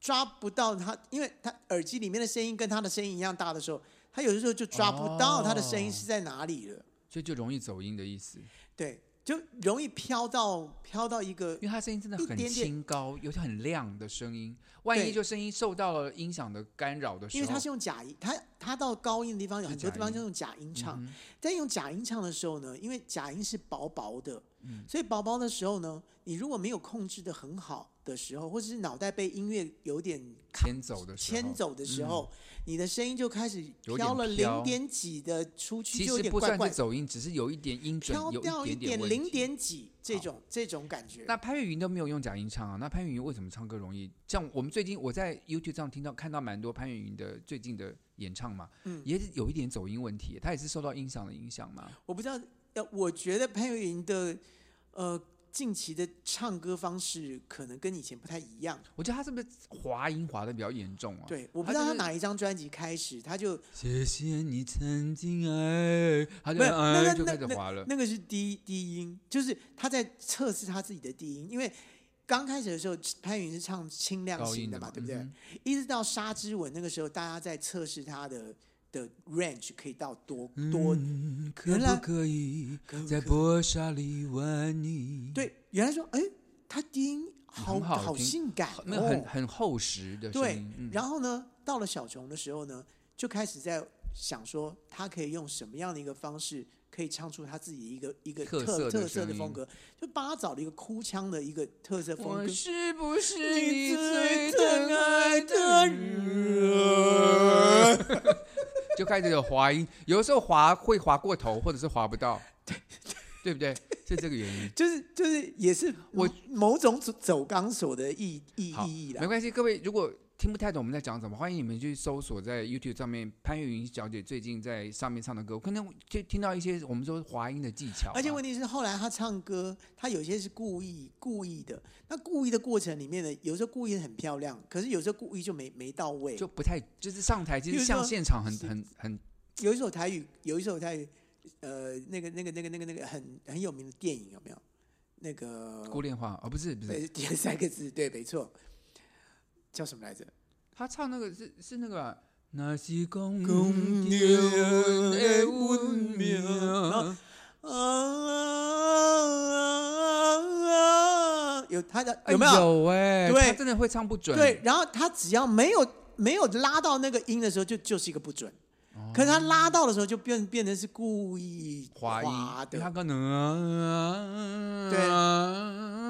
抓不到他，因为他耳机里面的声音跟他的声音一样大的时候，他有的时候就抓不到他的声音是在哪里了。所以就容易走音的意思。对，就容易飘到飘到一个因为他声音真的一很点点清高，有点很亮的声音。万一对就声音受到了音响的干扰的时因候，为它是用假音，它它到高音的地方有很多地方是假音就用假音唱，嗯哼在用假音唱的时候呢，因为假音是薄薄的，嗯所以薄薄的时候呢，你如果没有控制的很好的时候，或者是脑袋被音乐有点牵走的时候，嗯牵走的时候，你的声音就开始有点飘了飘零点几的出去，其就有实点不怪算怪是的，走音，只是有一点音准飘有掉一点点问零题。点几这种这种感觉。那潘越云都没有用假音唱啊，那潘越云为什么唱歌容易？像我们最近我在 YouTube 上听到看到蛮多潘越云的最近的演唱嘛，嗯也是有一点走音问题，他也是受到音响的影响嘛。我不知道，呃，我觉得潘越云的呃近期的唱歌方式可能跟以前不太一样。我觉得他是不是滑音滑的比较严重啊？，对，我不他知道就他是哪一张专辑开始，他就谢谢你曾经爱，他就没有那嗯那就开始那滑了。那个是低低音，就是他在测试他自己的低音，因为刚开始的时候潘越云是唱清亮高型音的嘛嘛，，对不对？嗯哼一直到沙之吻那个时候，大家在测试他的的 range 可以到多多。嗯可原来不可以可不在薄纱里吻你？，对，原来说，哎，他低音好很好听性感哦，那很很厚实的声对音。嗯然后呢，到了小虫的时候呢，就开始在想说，他可以用什么样的一个方式，可以唱出他自己一个一个特特色的特色的声风音格，就帮他找了一个哭腔的一个特色风我格。是不是你你最最疼疼爱爱的的人 人？就开始有滑音，有的时候滑会滑过头，或者是滑不到，对不对？是这个原因。就是就是也是我某种走走钢索的意意好意义没啦。关系，各位如果听不太懂我们在讲什么，欢迎你们去搜索在 YouTube 上面潘越云小姐最近在上面唱的歌，我可能就听到一些我们说滑音的技巧啊嘛。而且问题是，后来他唱歌，他有些是故意故意的。那故意的过程里面呢，有时候故意很漂亮，可是有时候故意就没没到位。就不太就是上台，其比实如像说现场很很很有一首台语，有一首台语，呃，那个那个那个那个那个很很有名的电影有没有？那个孤恋化，而、不是不是，对，第三个字对，没错，叫什么来着？他唱那个是是那个、啊。那是公 公中的运命然后啊啊啊！有他的哎有没有？有哎、对他真的会唱不准。对，，然后他只要没有没有拉到那个音的时候就，就是一个不准。可是他拉到的时候，就变变成是故意滑音，因为他的。可能啊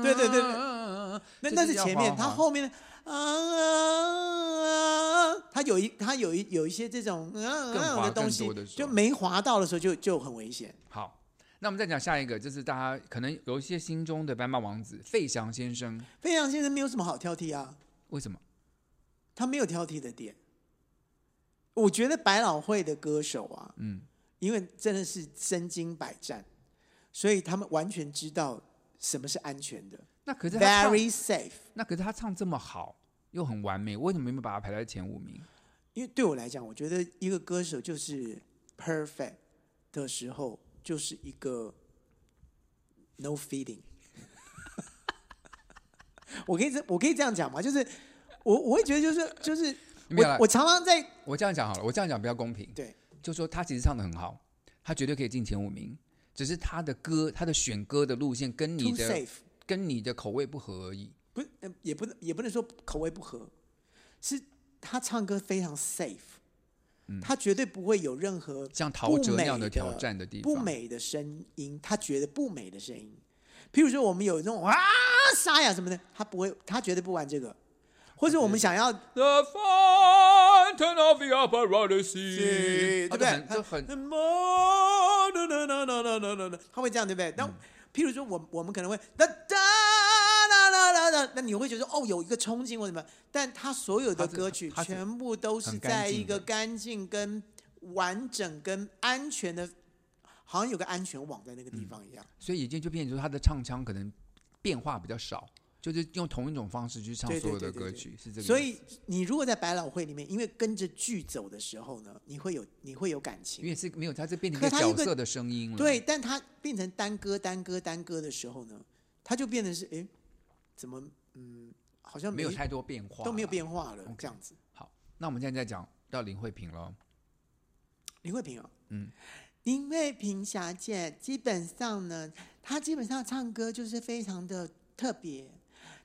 对对对对那对那是前面，他他后面啊啊，啊他有一他有一有一些这种啊更滑啊的东更西多的时候就没滑到的时候就就很危险。好。那我们再讲下一个，就是大家可能有一些心中的斑马王子费翔先生，飞扬先生没有什么好挑剔啊，为什么？他没有挑剔的点。我觉得百老汇的歌手啊，嗯，因为真的是身经百战，所以他们完全知道什么是安全的那可是他唱， ，very safe。那可是他唱这么好，又很完美，为什么没有把他排在前五名？因为对我来讲，我觉得一个歌手就是 perfect 的时候，就是一个 no feeling。我可以这我可以这样讲吗？就是我我会觉得就是就是没有啦我我常常在我这样讲好了，我这样讲比较公平。对，就说他其实唱的很好，他绝对可以进前五名，只是他的歌，他的选歌的路线跟 too 你的 safe。跟你的口味不合而已。不，呃也不能也不能说口味不合，是他唱歌非常 safe，、他绝对不会有任何嗯像陶喆不那美样的的挑战的地方，不美的声音，他觉得不美的声音，譬如说我们有那种啊沙哑什么的，他不会，他绝对不玩这个，或者我们想要 The Fountain of the Upper r o d e s 对不对？就很他，“No, no, no, no, no, no, no, no, no，他会这样对不对？那、譬如说我我们可能会哒哒啦啦啦啦，那你会觉得哦有一个冲劲或什么，但他所有的他是歌曲他是全部都是很干在一净的个干净跟完整跟安全的，好像有个安全网在那个地方一样。所以已经就变成说他的唱腔可能变化比较少，就是用同一种方式去唱对对所有的对对歌对曲，是这个意思。所以你如果在百老汇里面，因为跟着剧走的时候呢，你会有你会有感情因，为是没有，他这变成一可个他角一个色的声音了。对，但它变成单歌、单歌、单歌的时候呢，它就变成是，哎，怎么，嗯，好像没有太多变化，都没有。变化了 OK，这样子。好，那我们现在在讲到林慧萍喽。林慧萍啊，嗯，因为平霞姐基本上呢，她基本上唱歌就是非常的特别，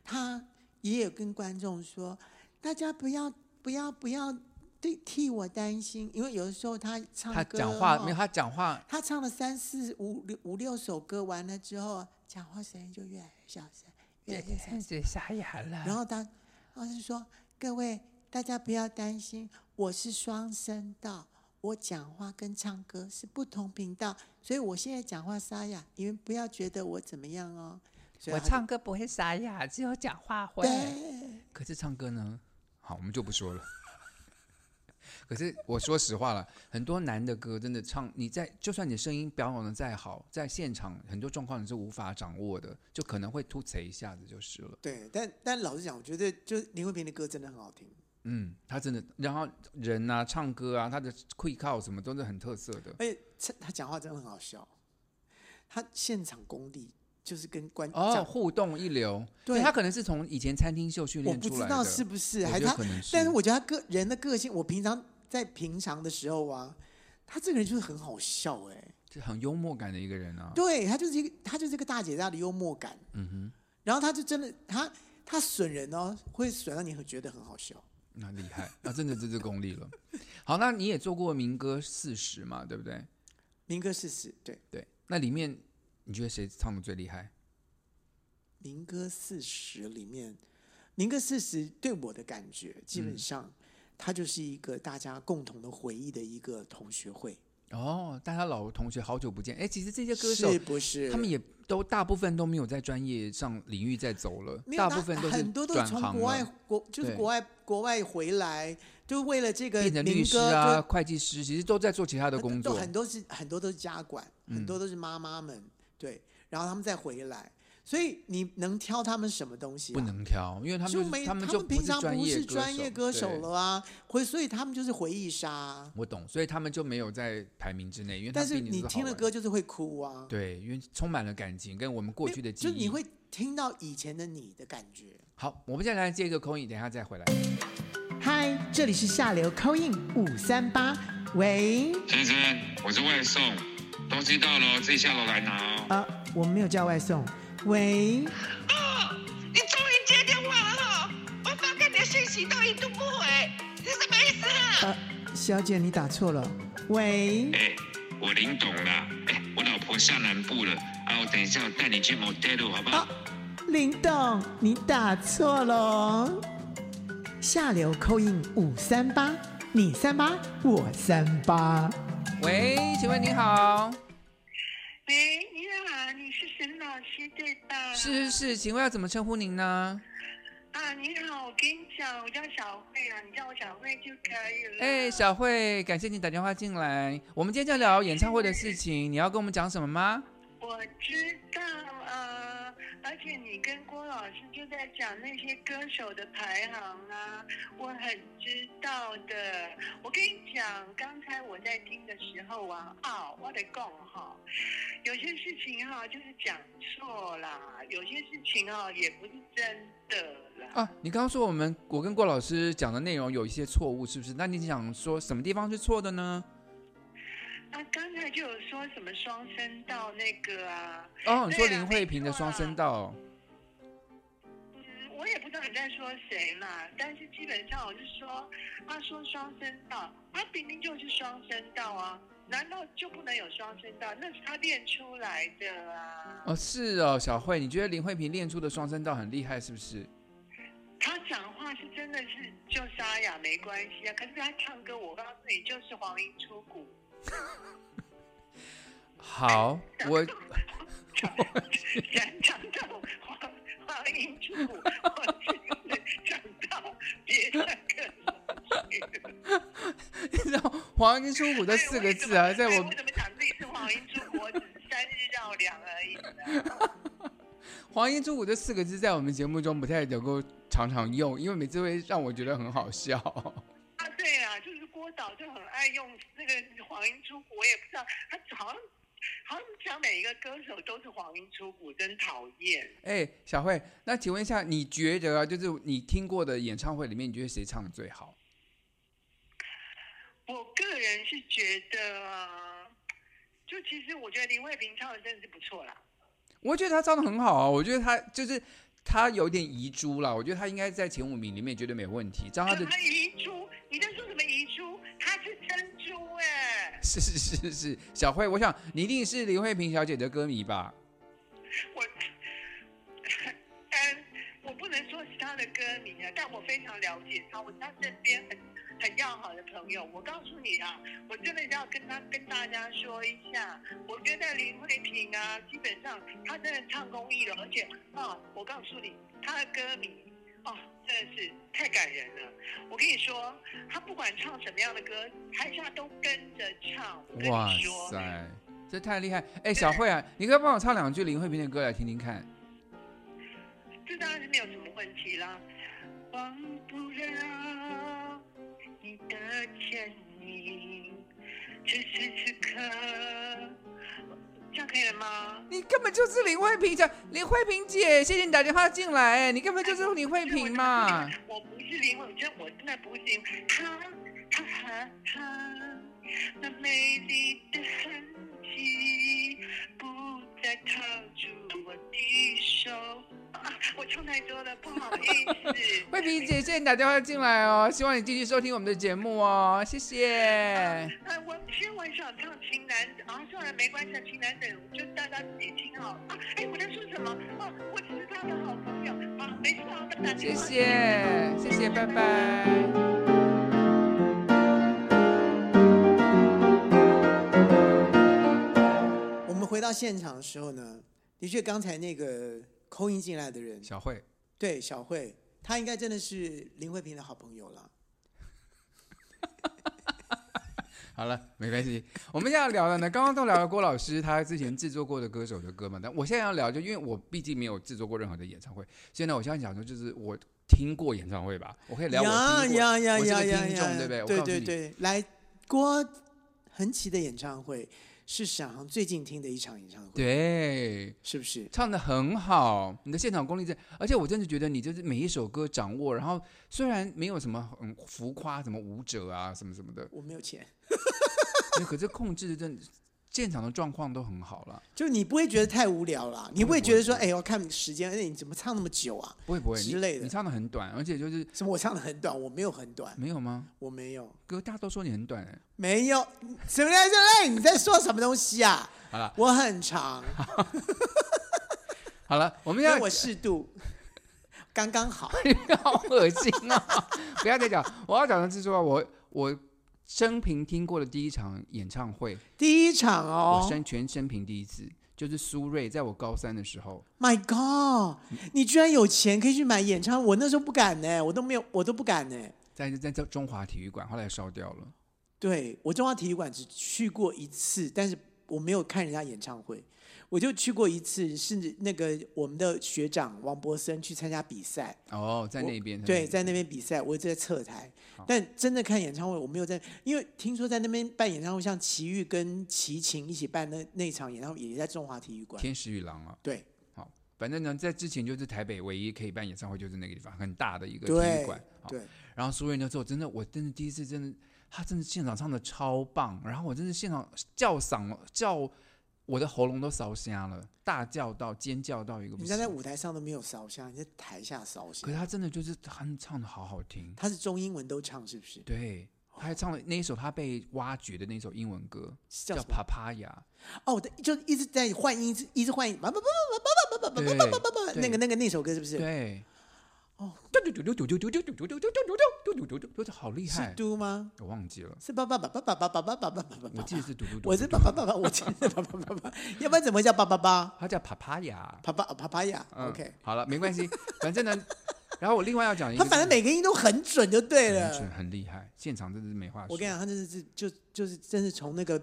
她也有跟观众说，大家不要不要不要对替我担心，因为有的时候她唱歌、他哦，讲话没有，他讲话他唱了三四五六五六首歌，完了之后，讲话声音就越来越小声，越来越小声。嘴沙哑然了。后他，他是说：“各位大家不要担心，我是双声道，我讲话跟唱歌是不同频道，所以我现在讲话沙哑，你们不要觉得我怎么样哦。”所以我他就唱歌不会沙哑，只有讲话会。对，可是唱歌呢？好，我们就不说了。 可是我说实话了，很多男的歌真的唱，你在就算你声音表演的再好，在现场很多状况你是无法掌握的，就可能会突贼一下子就是了。对，但但老实讲，我觉得就是林慧萍的歌真的很好听。嗯，他真的，然后人啊，唱歌啊，他的 quick out 什么都是很特色的。而且他他讲话真的很好笑，他现场功力就是跟观哦，讲互动一流，对因为他可能是从以前餐厅秀训我练不出知来的，道是不是，我还觉是得他可能是。但是我觉得他个人的个性，我平常在平常的时候啊，他这个人就是很好笑哎、就很幽默感的一个人啊。对他就是一个他就是一个大姐大的幽默感，嗯哼，然后他就真的他他损人哦，会损到你会觉得很好笑。那厉害，那真的这是功力了。好，那你也做过民歌四十嘛，对不对？民歌四十，对，对，那里面你觉得谁唱的最厉害？民歌四十里面，民歌四十对我的感觉，基本上嗯它就是一个大家共同的回忆的一个同学会，哦，大家老同学好久不见，哎，其实这些歌手是不是？他们也都大部分都没有在专业上领域在走了没，有大他部分都是很多都是转从行国外了。国就是对国外国外回来，就为了这个变成律民师歌啊、就啊会计师，其实都在做其他的工都作。嗯很多是很多都是家管，很多都是妈妈们、对，然后他们再回来，所以你能挑他们什么东西、啊？不能挑，因为他们就就是没他们就平是常专不业是专业歌手对了啊，回所以他们就是回忆杀啊、我懂，所以他们就没有在排名之内，因为他但是毕竟你好听了玩歌，就是会哭啊，对，因为充满了感情，跟我们过去的记就忆。你会听到以前的你的感觉。好，我们现在来接一个空影，等一下再回来。嗨，这里是下流 c o i n 五三八，喂，先生，我是外送，东西到了哦自己下楼来拿哦。啊，我们没有叫外送，喂。哦，你终于接电话了哈、我发给你的信息都一度不回，你什么意思啊？呃，小姐，你打错了。喂，哎、我林董啦，哎、我老婆下南部了，啊，我等一下我带你去 motel 好不好？啊，林董，你打错了哦。下流扣印五三八，你三八，我三八。喂，请问您好，喂，你好，你是沈老师对吧？是是是，请问要怎么称呼您呢？啊，你好，我跟你讲，我叫小慧啊，你叫我小慧就可以了。哎，小慧，感谢你打电话进来。我们今天就聊演唱会的事情，你要跟我们讲什么吗？我知道啊，而且你跟郭老师就在讲那些歌手的排行啊，我很知道的。我跟你讲，刚才我在听的时候啊，啊，我得讲哈，有些事情哈、就是讲错啦，有些事情哈、也不是真的啦。啊，你刚刚说我们我跟郭老师讲的内容有一些错误，是不是？那你想说什么地方是错的呢？啊，刚才就有说什么双声道那个啊，哦，你说对啊林慧萍的双声道，嗯，我也不知道你在说谁啦，但是基本上我是说，他说双声道，他明明就是双声道啊，难道就不能有双声道？那是他练出来的啊。哦，是哦，小慧，你觉得林慧萍练出的双声道很厉害，是不是？他讲话是真的是就沙哑没关系啊，可是他唱歌，我告诉你，就是黄莺出谷。 好，我讲讲到黄黄莺出谷，我真的 讲到别的歌手去了。 然后“黄金出谷”这四个字啊，哎在我为什我么哎我怎么讲自己是黄莺出国，只是三日绕梁而已呢？ “黄金出谷”这四个字在我们节目中不太能够常常用，因为每次会让我觉得很好笑。 啊，对啊，就是郭导就很爱用那个黄莺出国，我也不知道他好像好像讲每一个歌手都是黄莺出谷，真讨厌。哎，小慧，那请问一下，你觉得啊，就是你听过的演唱会里面，你觉得谁唱的最好？我个人是觉得啊就其实我觉得林慧萍唱的真的是不错啦。我觉得他唱的很好啊，我觉得他就是他有点遗珠啦，我觉得他应该在前五名里面绝对没有问题。照他什的么遗珠？你在说什么遗珠？她是珍珠哎、 是是是是，小慧，我想你一定是林慧萍小姐的歌迷吧？我，嗯，我不能说是她的歌迷啊，但我非常了解她，我是她身边很很要好的朋友。我告诉你啊，我真的要跟她跟大家说一下，我觉得林慧萍啊，基本上她真的唱公益了，而且啊、我告诉你，她的歌迷。哦，真的是太感人了！我跟你说，她不管唱什么样的歌，台下都跟着唱。我跟哇你说，塞，这太厉害！哎，小慧啊，你可以帮我唱两句林慧萍的歌来听听看。这当然是没有什么问题啦。忘不了你的倩影，此时此刻，这样可以了吗？你根本就是林慧萍姐，林慧萍姐，谢谢你打电话进来，哎，你根本就是林慧萍嘛。我不是林伟，真我真的不是林伟，哈哈哈哈，那美丽的痕迹不再套住我的手。啊，我唱太多了，不好意 。思慧萍姐，谢谢你打电话进来哦，希望你继续收听我们的节目哦，谢谢。啊，我其实我很想唱《情难》，啊，算了，没关系，《情难者》就大家自己听好了。啊，哎，我在说什么？啊，我只是他的好朋友。啊，没事啊，那打谢电话。谢，谢谢，拜拜。我们回到现场的时候呢，的确刚才那个扣音进来的人，小慧，对小慧，她应该真的是林慧萍的好朋友了。好了，没关系。我们现在要聊的呢，刚刚都聊了郭老师他之前制作过的歌手的歌嘛，但我现在要聊，就因为我毕竟没有制作过任何的演唱会，所以呢，我现在想说，就是我听过演唱会吧，我可以聊我听过。呀呀我是呀个呀听呀众对不对我对告诉对你对，来郭恒奇的演唱会是史航最近听的一场演唱会，对，是不是？，唱的很好，你的现场功力真，而且我真的觉得你就是每一首歌掌握，然后虽然没有什么很浮夸，什么舞者啊，什么什么的 我没有钱，可是控制的真的现场的状况都很好了。就你不会觉得太无聊啦，你不会不觉会得说，不哎，我看时间，哎，你怎么唱那么久啊？不会不会，你之类的你唱的很短，而且就是什么我唱的很短，我没有很短，没有吗？我没有，哥，大家都说你很短、欸，没有，什么来着？哎，你在说什么东西啊？好了我很 长，好了，我们因要为我适度，刚刚好。 好恶心啊！ 不要再讲，我要讲的是说，我我生平听过的第一场演唱会，第一场我哦生全生平第一次，就是苏芮在我高三的时候， ，My God！你居然有钱可以去买演唱会，我那时候不敢呢，我都没有，我都不敢呢。在在在中华体育馆，后来烧掉了。对我中华体育馆只去过一次，但是我没有看人家演唱会，我就去过一次，是那个我们的学长王博森去参加比赛，哦，在我那边对，在那边比赛，我就在侧台，但真的看演唱会我没有在，因为听说在那边办演唱会，像齐豫跟齐秦一起办那那场演唱会，也在中华体育馆。天使与狼啊。对好，反正呢，在之前就是台北唯一可以办演唱会，就是那个地方，很大的一个体育对馆。好对，然后苏芮那时候真的，我真的第一次真的，她真的现场唱的超棒，然后我真的现场叫嗓叫我的喉咙都烧瞎了，大叫到尖叫到一个不人家在行。舞台上都没有烧香，你在台下烧可是香。她真的就是她唱的好好听，他是中英文都唱，是不是？对，她还唱了那一首她被挖掘的那首英文歌，是叫叫《什么？ Papaya》。哦，对就一直在换音，一直一直换音，叭叭叭叭叭叭叭叭叭叭叭叭，那个那个那首歌是不是？对，哦，嘟嘟嘟嘟嘟嘟嘟嘟嘟嘟嘟嘟嘟嘟嘟嘟嘟嘟，好厉是害！嘟吗？我忘记了，是叭叭叭叭叭叭叭叭叭叭叭我叭记得是嘟嘟嘟。我是叭叭叭叭，我记得叭叭叭叭，要不然怎么叫叭叭叭？它叫 Papaya。啪啪啪啪呀嗯，OK，好了，没关系， 反正呢，然后我另外要讲一个他就是，反正每个音都很准就对很准了。很厉害，现场真的是没话说。我跟你讲，他真的是就就是真是从那个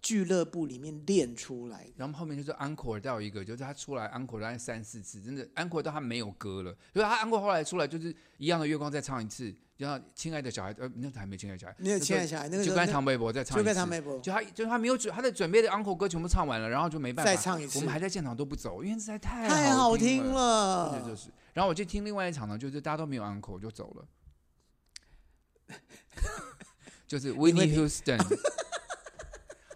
俱乐部里面练出来的。然后后面就是 encore 到一个，就是他出来 encore 大概三四次，真的 encore 到他没有歌了，就是他 encore 后来出来就是一样的月光再唱一次，就像亲爱的小孩，呃，那还没亲爱的小孩，没有就亲爱的是小孩那个时就候跟那唐微博再唱一就次，跟唐微博就他就是他没有准他的准备的 encore 歌全部唱完了，然后就没办法再唱一次我们还在现场都不走，因为实在太太好听听了，真的就了，是。然后我去听另外一场呢，就是大家都没有 uncle 就走了，就是会 Whitney 听 Houston。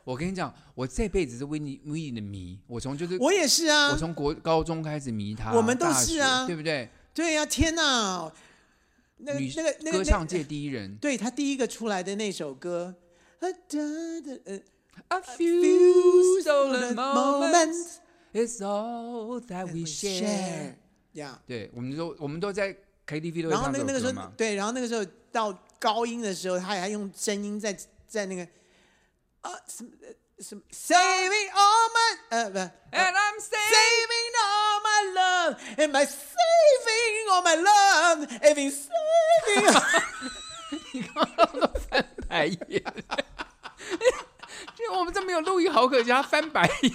我跟你讲，我这辈子是维尼维尼的迷，我从就是我也是啊我，从国高中开始迷他，我们都大是学啊对不对？对呀、天哪，那个女那个那个那歌唱个，界第一人对他第一个出来的那首歌，呃哒哒呃，A few few stolen moments moments is all that we we share share。呀、对，我们都我们都在 KTV 都会然后唱那这个首那个时歌候嘛，。对，然后那个时候到高音的时候，他还用真音在在那个啊什么呃什么 saving all my 呃不。呃 And I'm saying Saving all my love, am I saving all my love? Am I saving? 白眼，就我们哎 这没有录音，好可惜，他翻白眼，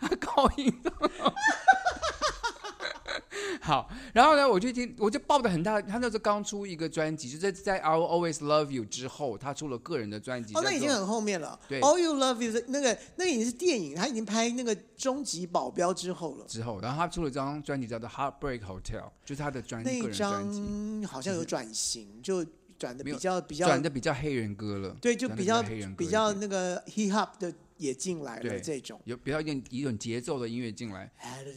他高音。 好，然后呢，我就听，我就抱着很大的，他那时候刚出一个专辑，就在在《I Will Always Love You》之后，他出了个人的专辑。哦，那已叫经做很后面了。对 All You Love Is 那个那个已经是电影，他已经拍那个《终极保镖》之后了。之后，然后他出了一张专辑叫做《Heartbreak Hotel》，就是他的专那个一人专辑，张好像有转型，就转的比没有较比较转的比较黑人歌了，对，就转得比较黑人歌比一较点那个 hip hop 的也进来了对这种，哎有比较一点一种节奏的音乐进来，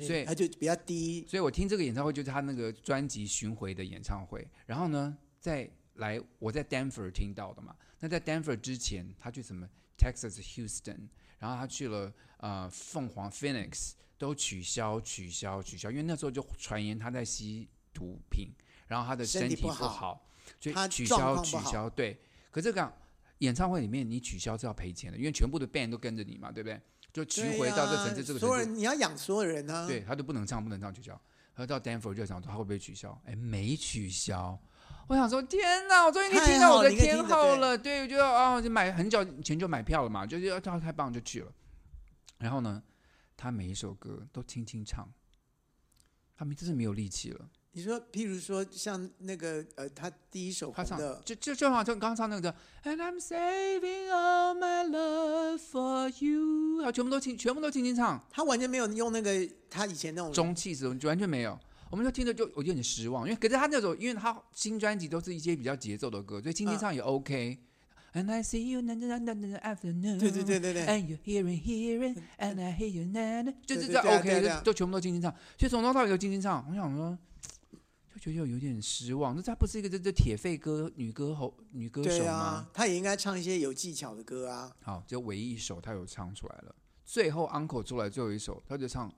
所以它就比较低。所以我听这个演唱会就是他那个专辑巡回的演唱会，然后呢，再来我在 Denver 听到的嘛。那在 Denver 之前，他去什么 Texas Houston，然后他去了呃凤凰 Phoenix，都取消取消取消，因为那时候就传言他在吸毒品，然后他的身身体体不不好好，所他以取状消况取不好消。对，可这个啊演唱会里面你取消是要赔钱的，因为全部的 band 都跟着你嘛，对不对？就巡对回到这呀城市，这个所有城市人你要养所有人啊。对，他都不能唱，不能唱取消。他到 Danforth 就想说他会不会取消？哎，没取消。我想说，天哪！我终于可以太听到好我了的你可以天听得后对了。对，我觉得啊，我就买很久以前就买票了嘛，就是啊，太棒就去了。然后呢，他每一首歌都轻轻唱，他们真是没有力气了。你说，譬如说像那个呃，他第一首他红唱的，就就就好像刚刚唱那个叫 And I'm saving all my love for you，啊，全部都轻，全部都轻轻唱。他完全没有用那个他以前那种中气质完全没有。我们就听着就我就很失望，因为可是他那种，因为他新专辑都是一些比较节奏的歌，所以嗯轻轻唱也 OK。And I see you na na na na na afternoon，对对对对对，And you hearing hearing and I hear you na na，就对是对这对啊 OK，对啊就对啊都全部都轻轻唱，所以从头到尾都轻轻唱。我想说，就觉得有点失望，这她不是一个这这铁肺歌女歌喉女歌手对吗啊？，他也应该唱一些有技巧的歌啊。好，就唯一一首他有唱出来了。最后 uncle 出来最后一首，他就唱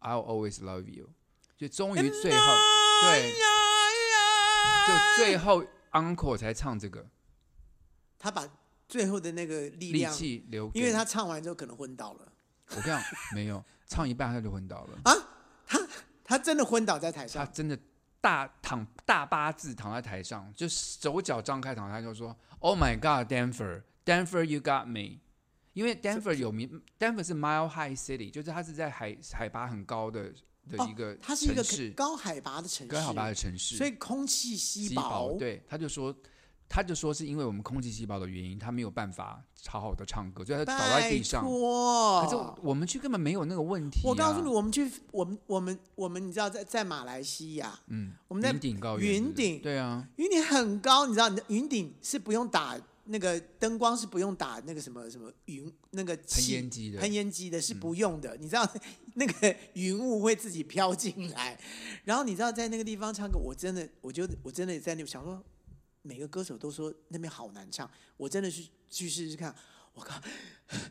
I'll always love you，就终于最后对，就最后 uncle 才唱这个他把最后的那个力力量，气留给，因为他唱完之后可能昏倒了我跟你讲没有唱一半他就昏倒了，啊，他他真的昏倒在台他上，真的大躺大八字躺在台上，就手脚张开躺，他就说 Oh my God Denver Denver you got me。因为 Denver 有名，Denver 是 Mile High City，就是它是在海海拔很高的的哦一个城市，它是一个高海拔的城市，跟好吧的城市，所以空气稀稀薄对，他就说，他就说是因为我们空气稀薄的原因，他没有办法好好的唱歌，所以他倒在拜地上。可是托，我们去根本没有那个问题、啊。我告诉你，，我们去，我们我们我们，你知道在在马来西亚，嗯，我们在云顶高原云是不是顶对啊，云顶很高，你知道，你的云顶是不用打那个灯光，是不用打那个什么什么云那个喷气烟机的喷烟机的，是不用的。你知道 那个云雾会自己飘进来，然后你知道在那个地方唱歌，我真的，我就我真的在那边想说，每个歌手都说那边好难唱，我真的是去试试看，我靠，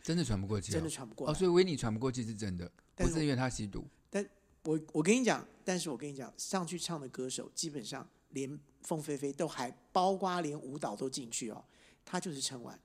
真的喘不过气、啊，真的喘不过来。哦，所以维尼喘不过气是真的，但不是是因为他吸毒。我我跟你讲，但是我跟你讲，上去唱的歌手基本上连凤飞飞都还包括连舞蹈都进去哦，他就是撑完。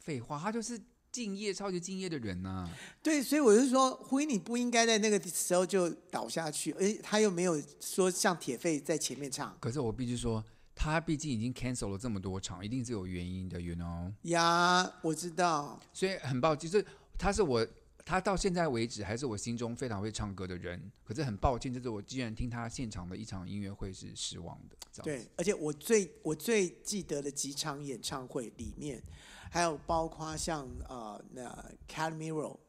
废话，他就是敬业，超级敬业的人啊呐、对，所以我就说，胡一你不应该在那个时候就倒下去，而且他又没有说像铁肺在前面唱可是我必须说，他毕竟已经 cancel 了这么多场，一定是有原因的，you know。呀，我知道，所以很抱歉，就是他是我，他到现在为止还是我心中非常会唱歌的人。可是很抱歉，就是我居然听他现场的一场音乐会是失望的。这样对，而且我最我最记得的几场演唱会里面，还有包括像呃那 c a l m i r o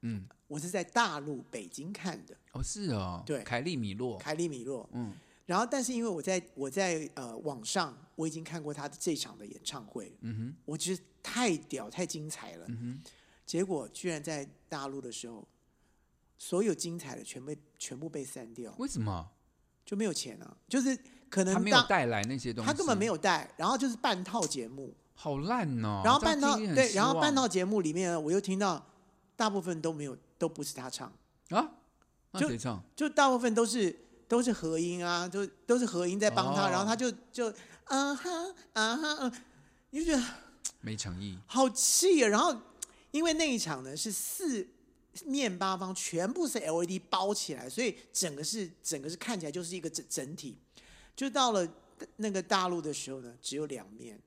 嗯，我是在大陆北京看的，哦，是哦，对凯利米洛，凯利米洛，嗯，然后，但是因为我在我在呃网上我已经看过他的这场的演唱会了，嗯哼，我觉得太屌太精彩了。嗯结果居然在大陆的时候，所有精彩的全被全部被删掉哼，，为什么就没有钱啊，就是可能他没有当带来那些东西？他根本没有，有带，然后就是半套节目，好烂哦。然后这半样套听你很对，失然后半望套节目里面呢，我又听到大部分都没有都不是他唱，啊，就那谁唱？就大部分都是都是合音啊，就都是合音在帮他，哦然后他就就啊哈啊哈，嗯你就觉得没诚意，好气啊！然后因为那一场呢是四面八方全部是 LED 包起来，所以整个是整个是看起来就是一个整整体。就到了那个大陆的时候呢，只有两面，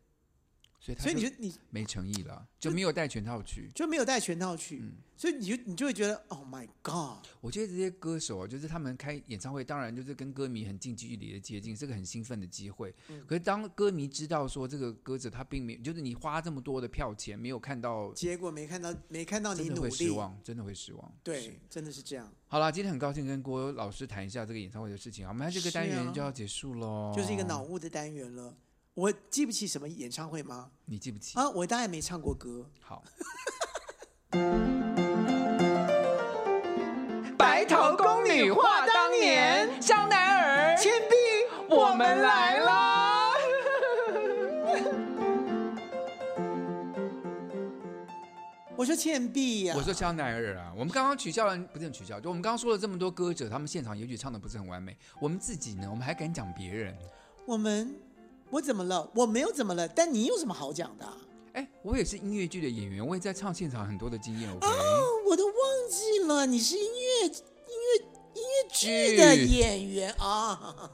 所以他所以你就就你没诚意了，就没有带全套去。就没有带全套去，嗯所以你就你就会觉得 Oh my God，我觉得这些歌手啊，就是他们开演唱会，当然就是跟歌迷很近距离的接近，是个很兴奋的机会。嗯可是当歌迷知道说这个歌者他并没有，就是你花这么多的票钱没有看到，结果没看到没看到你真的努会失力，望，真的会失望。是对，真的是这样，好啦，今天很高兴跟郭老师谈一下这个演唱会的事情啊，我们这个单是元啊就要结束喽、就是一个脑，雾的单元了。我记不起什么演唱会吗？你记不起？啊，我当然没唱过歌。好，白头宫女话当年，香奈儿、倩碧，我们来啦！ 我说倩碧呀、我说香奈儿啊，我们刚刚取消了，不是取消，就我们刚刚说了这么多歌者，他们现场也许唱的不是很完美，我们自己呢，我们还敢讲别人？我们我怎么了？我没有怎么了，但你有什么好讲的啊、哎，我也是音乐剧的演员，我也在唱现场很多的经验，OK？、哦我都忘记了，你是音乐音乐哎剧的演员啊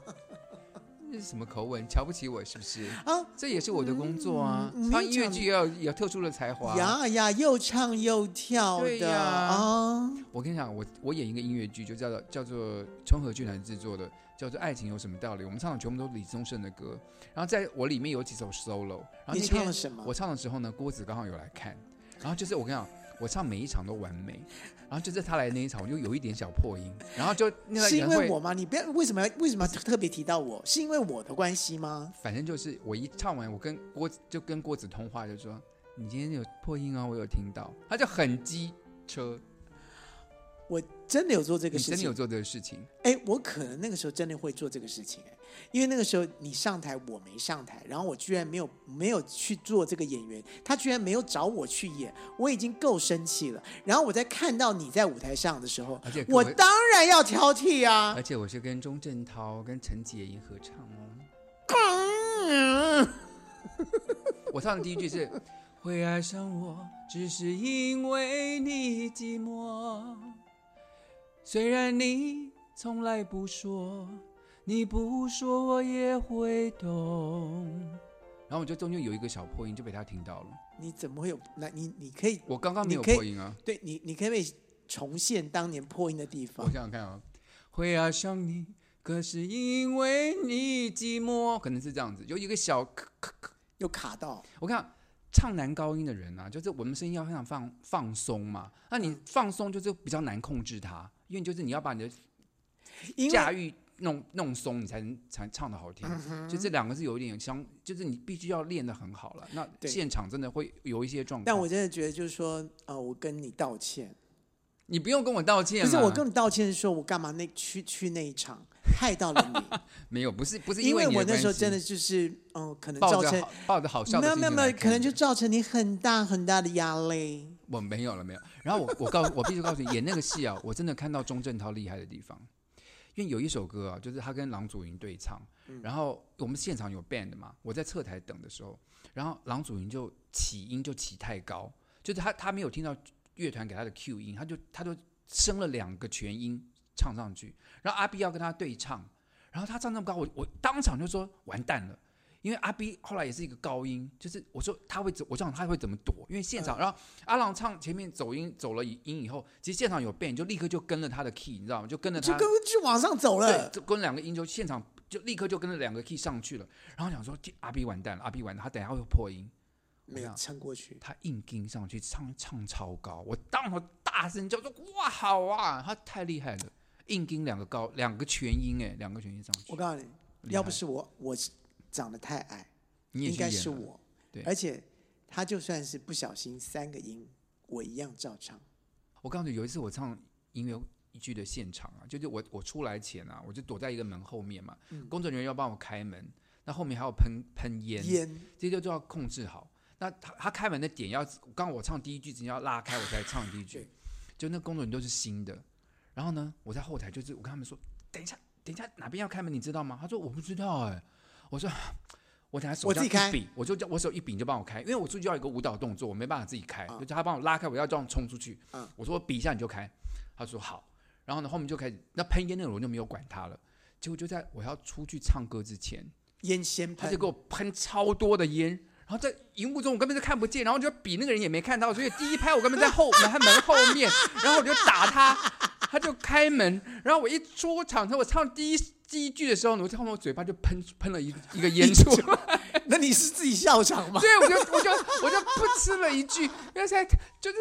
这是什么口吻？瞧不起我是不是？啊！这也是我的工作啊，嗯唱没有音乐讲剧要有特殊的才华。呀呀，又唱又跳对呀的啊！我跟你讲，我我演一个音乐剧，就叫做叫做春和剧团制作的，叫做《爱情有什么道理》。我们唱的全部都是李宗盛的歌，然后在我里面有几首 solo。然后那你唱天了什么我唱的时候呢，郭子刚好有来看，然后就是我跟你讲，我唱每一场都完美，然后就是他来那一场，我就有一点小破音，然后就那个是因人为会我，吗？你不要为什么要为什么要特别提到我？是因为我的关系吗？反正就是我一唱完，我跟郭子就跟郭子通话，就说你今天有破音哦，我有听到，他就很机车，我真的有做这你个事真的有情，做这个事情，哎，我可能那个时候真的会做这个事情，哎，因为那个时候你上台，我没上台，然后我居然没有没有去做这个演员，他居然没有找我去演，我已经够生气了。然后我在看到你在舞台上的时候而且，各我位哎当然要挑剔啊而，且我是跟钟镇涛、跟陈洁莹合唱哦。嗯我唱的第一句是“会爱上我，只是因为你寂寞。虽然你从来不说，你不说我也会懂。”然后我就中间有一个小破音就被他听到了。你怎么会有？那你你可以，我刚刚没有你可以破音啊，对你你可不可以重现当年破音的地我方想？想看啊，会爱上你，可是因为你寂寞，可能是这样子，有一个小咳咳咳。又卡到，我看唱男高音的人啊，就是我们声音要非常放放松嘛，那你放松就是比较难控制它，因为就是你要把你的因为驾驭弄弄松，你才能才唱的好听。就这两个是有一点相，就是你必须要练得很好了。那对现场真的会有一些状况，但我真的觉得就是说，呃，我跟你道歉。你不用跟我道歉不啦，是我跟你道歉的时候，我干嘛那去去那一场害到了没有，不是 不是你？因为为你我那关时候系真的就是，嗯、可能抱造着成好抱着好笑没的有心没有情没来有，可看能你就造成你很大很大的压力。我没有了，没有。然后我我告我必须告诉你，演那个戏啊，我真的看到钟镇涛厉害的地方，因为有一首歌啊，就是他跟郎祖筠对唱，然后我们现场有 band 嘛，我在侧台等的时候，然后郎祖筠就起音就起太高，就是他他没有听到乐团给他的 Q 音，他就他就升了两个全音唱上去，然后阿 B 要跟他对唱，然后他唱那么高，我我当场就说完蛋了。因为阿 B 后来也是一个高音，就是我说他会怎，我想他会怎么躲，因为现场，然后阿郎唱前面走音走了音以后，其实现场有 band 就立刻就跟了他的 key，你知道吗？就跟了就他，跟就往上走对，了。就跟两个音就现场就立刻就跟了两个 key 上去了，然后想说天阿 B 完蛋了，阿 B 完蛋了，他等一下会破音，没有撑过去，他硬跟上去唱唱超高，我当场大声叫说哇好啊，他太厉害了。硬盯两个高，两个全音哎，两个全音上去我。告诉你，厉要不害是我，我是长得太矮，你也应去该演是了我。对而且他就算是不小心三个音，我一样照唱。我告诉你，有一次我唱音乐剧的现场啊，就是我我出来前啊，我就躲在一个门后面嘛，嗯工作人员要帮我开门，那后面还要喷喷烟，烟，这些就要控制好。那他他开门的点要，刚我唱第一句，只要拉开我才唱第一句对，就那工作人员都是新的。然后呢，我在后台就是我跟他们说，等一下，等一下哪边要开门，你知道吗？他说我不知道哎、我说我等下手我自己这开样一比，我就叫我手一比你就帮我开，因为我出去要有一个舞蹈动作，我没办法自己开，啊就是他帮我拉开，我要这样冲出去。啊我说我比一下你就开，他说好。然后呢，后面就开始那喷烟那种我就没有管他了。结果就在我要出去唱歌之前，烟先他喷就给。我喷超多的烟，然后在荧幕中我根本就看不见，然后就比那个人也没看到，所以第一拍我根本在后门门后面，然后我就打他，他就开门，然后我一出场，他我唱第一第一句的时候呢，我就看我嘴巴就喷喷了一一个烟出来， 那你是自己笑场 吗？对，我就我就我就噗嗤了一句，因为在就是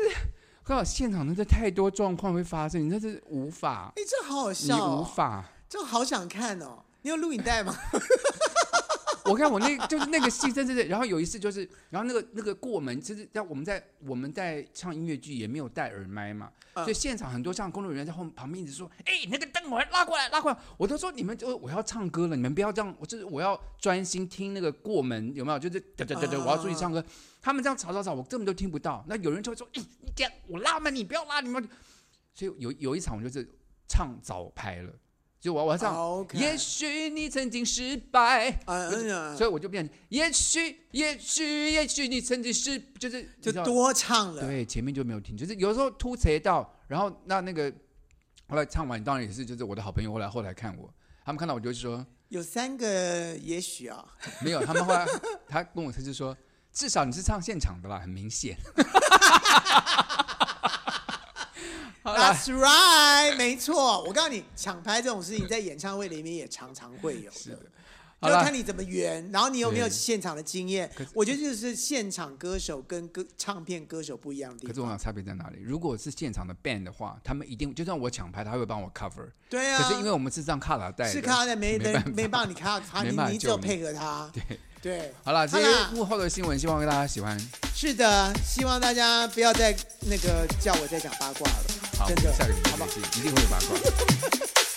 刚好现场真的太多状况会发生，你真是无法，哎，这好好你笑、无哦，法。这好想看哦。你有录影带 吗？我看我那就是那个戏，真是。然后有一次就是，然后那个那个过门，就是在我们在我们在唱音乐剧也没有戴耳麦嘛，嗯所以现场很多像工作人员在后旁边一直说：“哎、那个灯我要拉过来，拉过来。”我都说你们就我要唱歌了，你们不要这样，我就是我要专心听那个过门有没有？就是哒哒哒哒，嗯我要出去唱歌。他们这样吵吵吵，我根本都听不到。那有人就会说：“哎、你这样我拉门，你不要拉，你们。”所以有有一场我就是唱早拍了，就我我要唱。哦 OK 也许你曾经失败，啊，嗯呀所以我就变成，也许，也许，也许你曾经是，就是你就知道多唱了。对，前面就没有听，就是有时候突贼到，然后那那个后来唱完，当然也是就是我的好朋友后来后来看我，他们看到我就说有三个也许啊、没有，他们后来 他跟我他就说，至少你是唱现场的啦，很明显。好 t h 啦 a t s right，没错。我告诉你，抢拍这种事情在演唱会里面也常常会有的。是的好就啦看你怎么圆，然后你有没有对现场的经验可是。我觉得这就是现场歌手跟歌唱片歌手不一样的可地是我方。想差别在哪里？如果是现场的 band 的话，他们一定就算我抢拍，他会帮我 cover、对啊，可是因为我们是上卡拉带的，是卡的没没没办法没办法，你卡他，没你办法你只救有你配合他。对对，好了，好这啦些幕后的新闻，希望大家喜欢。是的，希望大家不要再那个叫我再讲八卦了好，，真的下个礼，拜好不好？再见，一定会有八卦。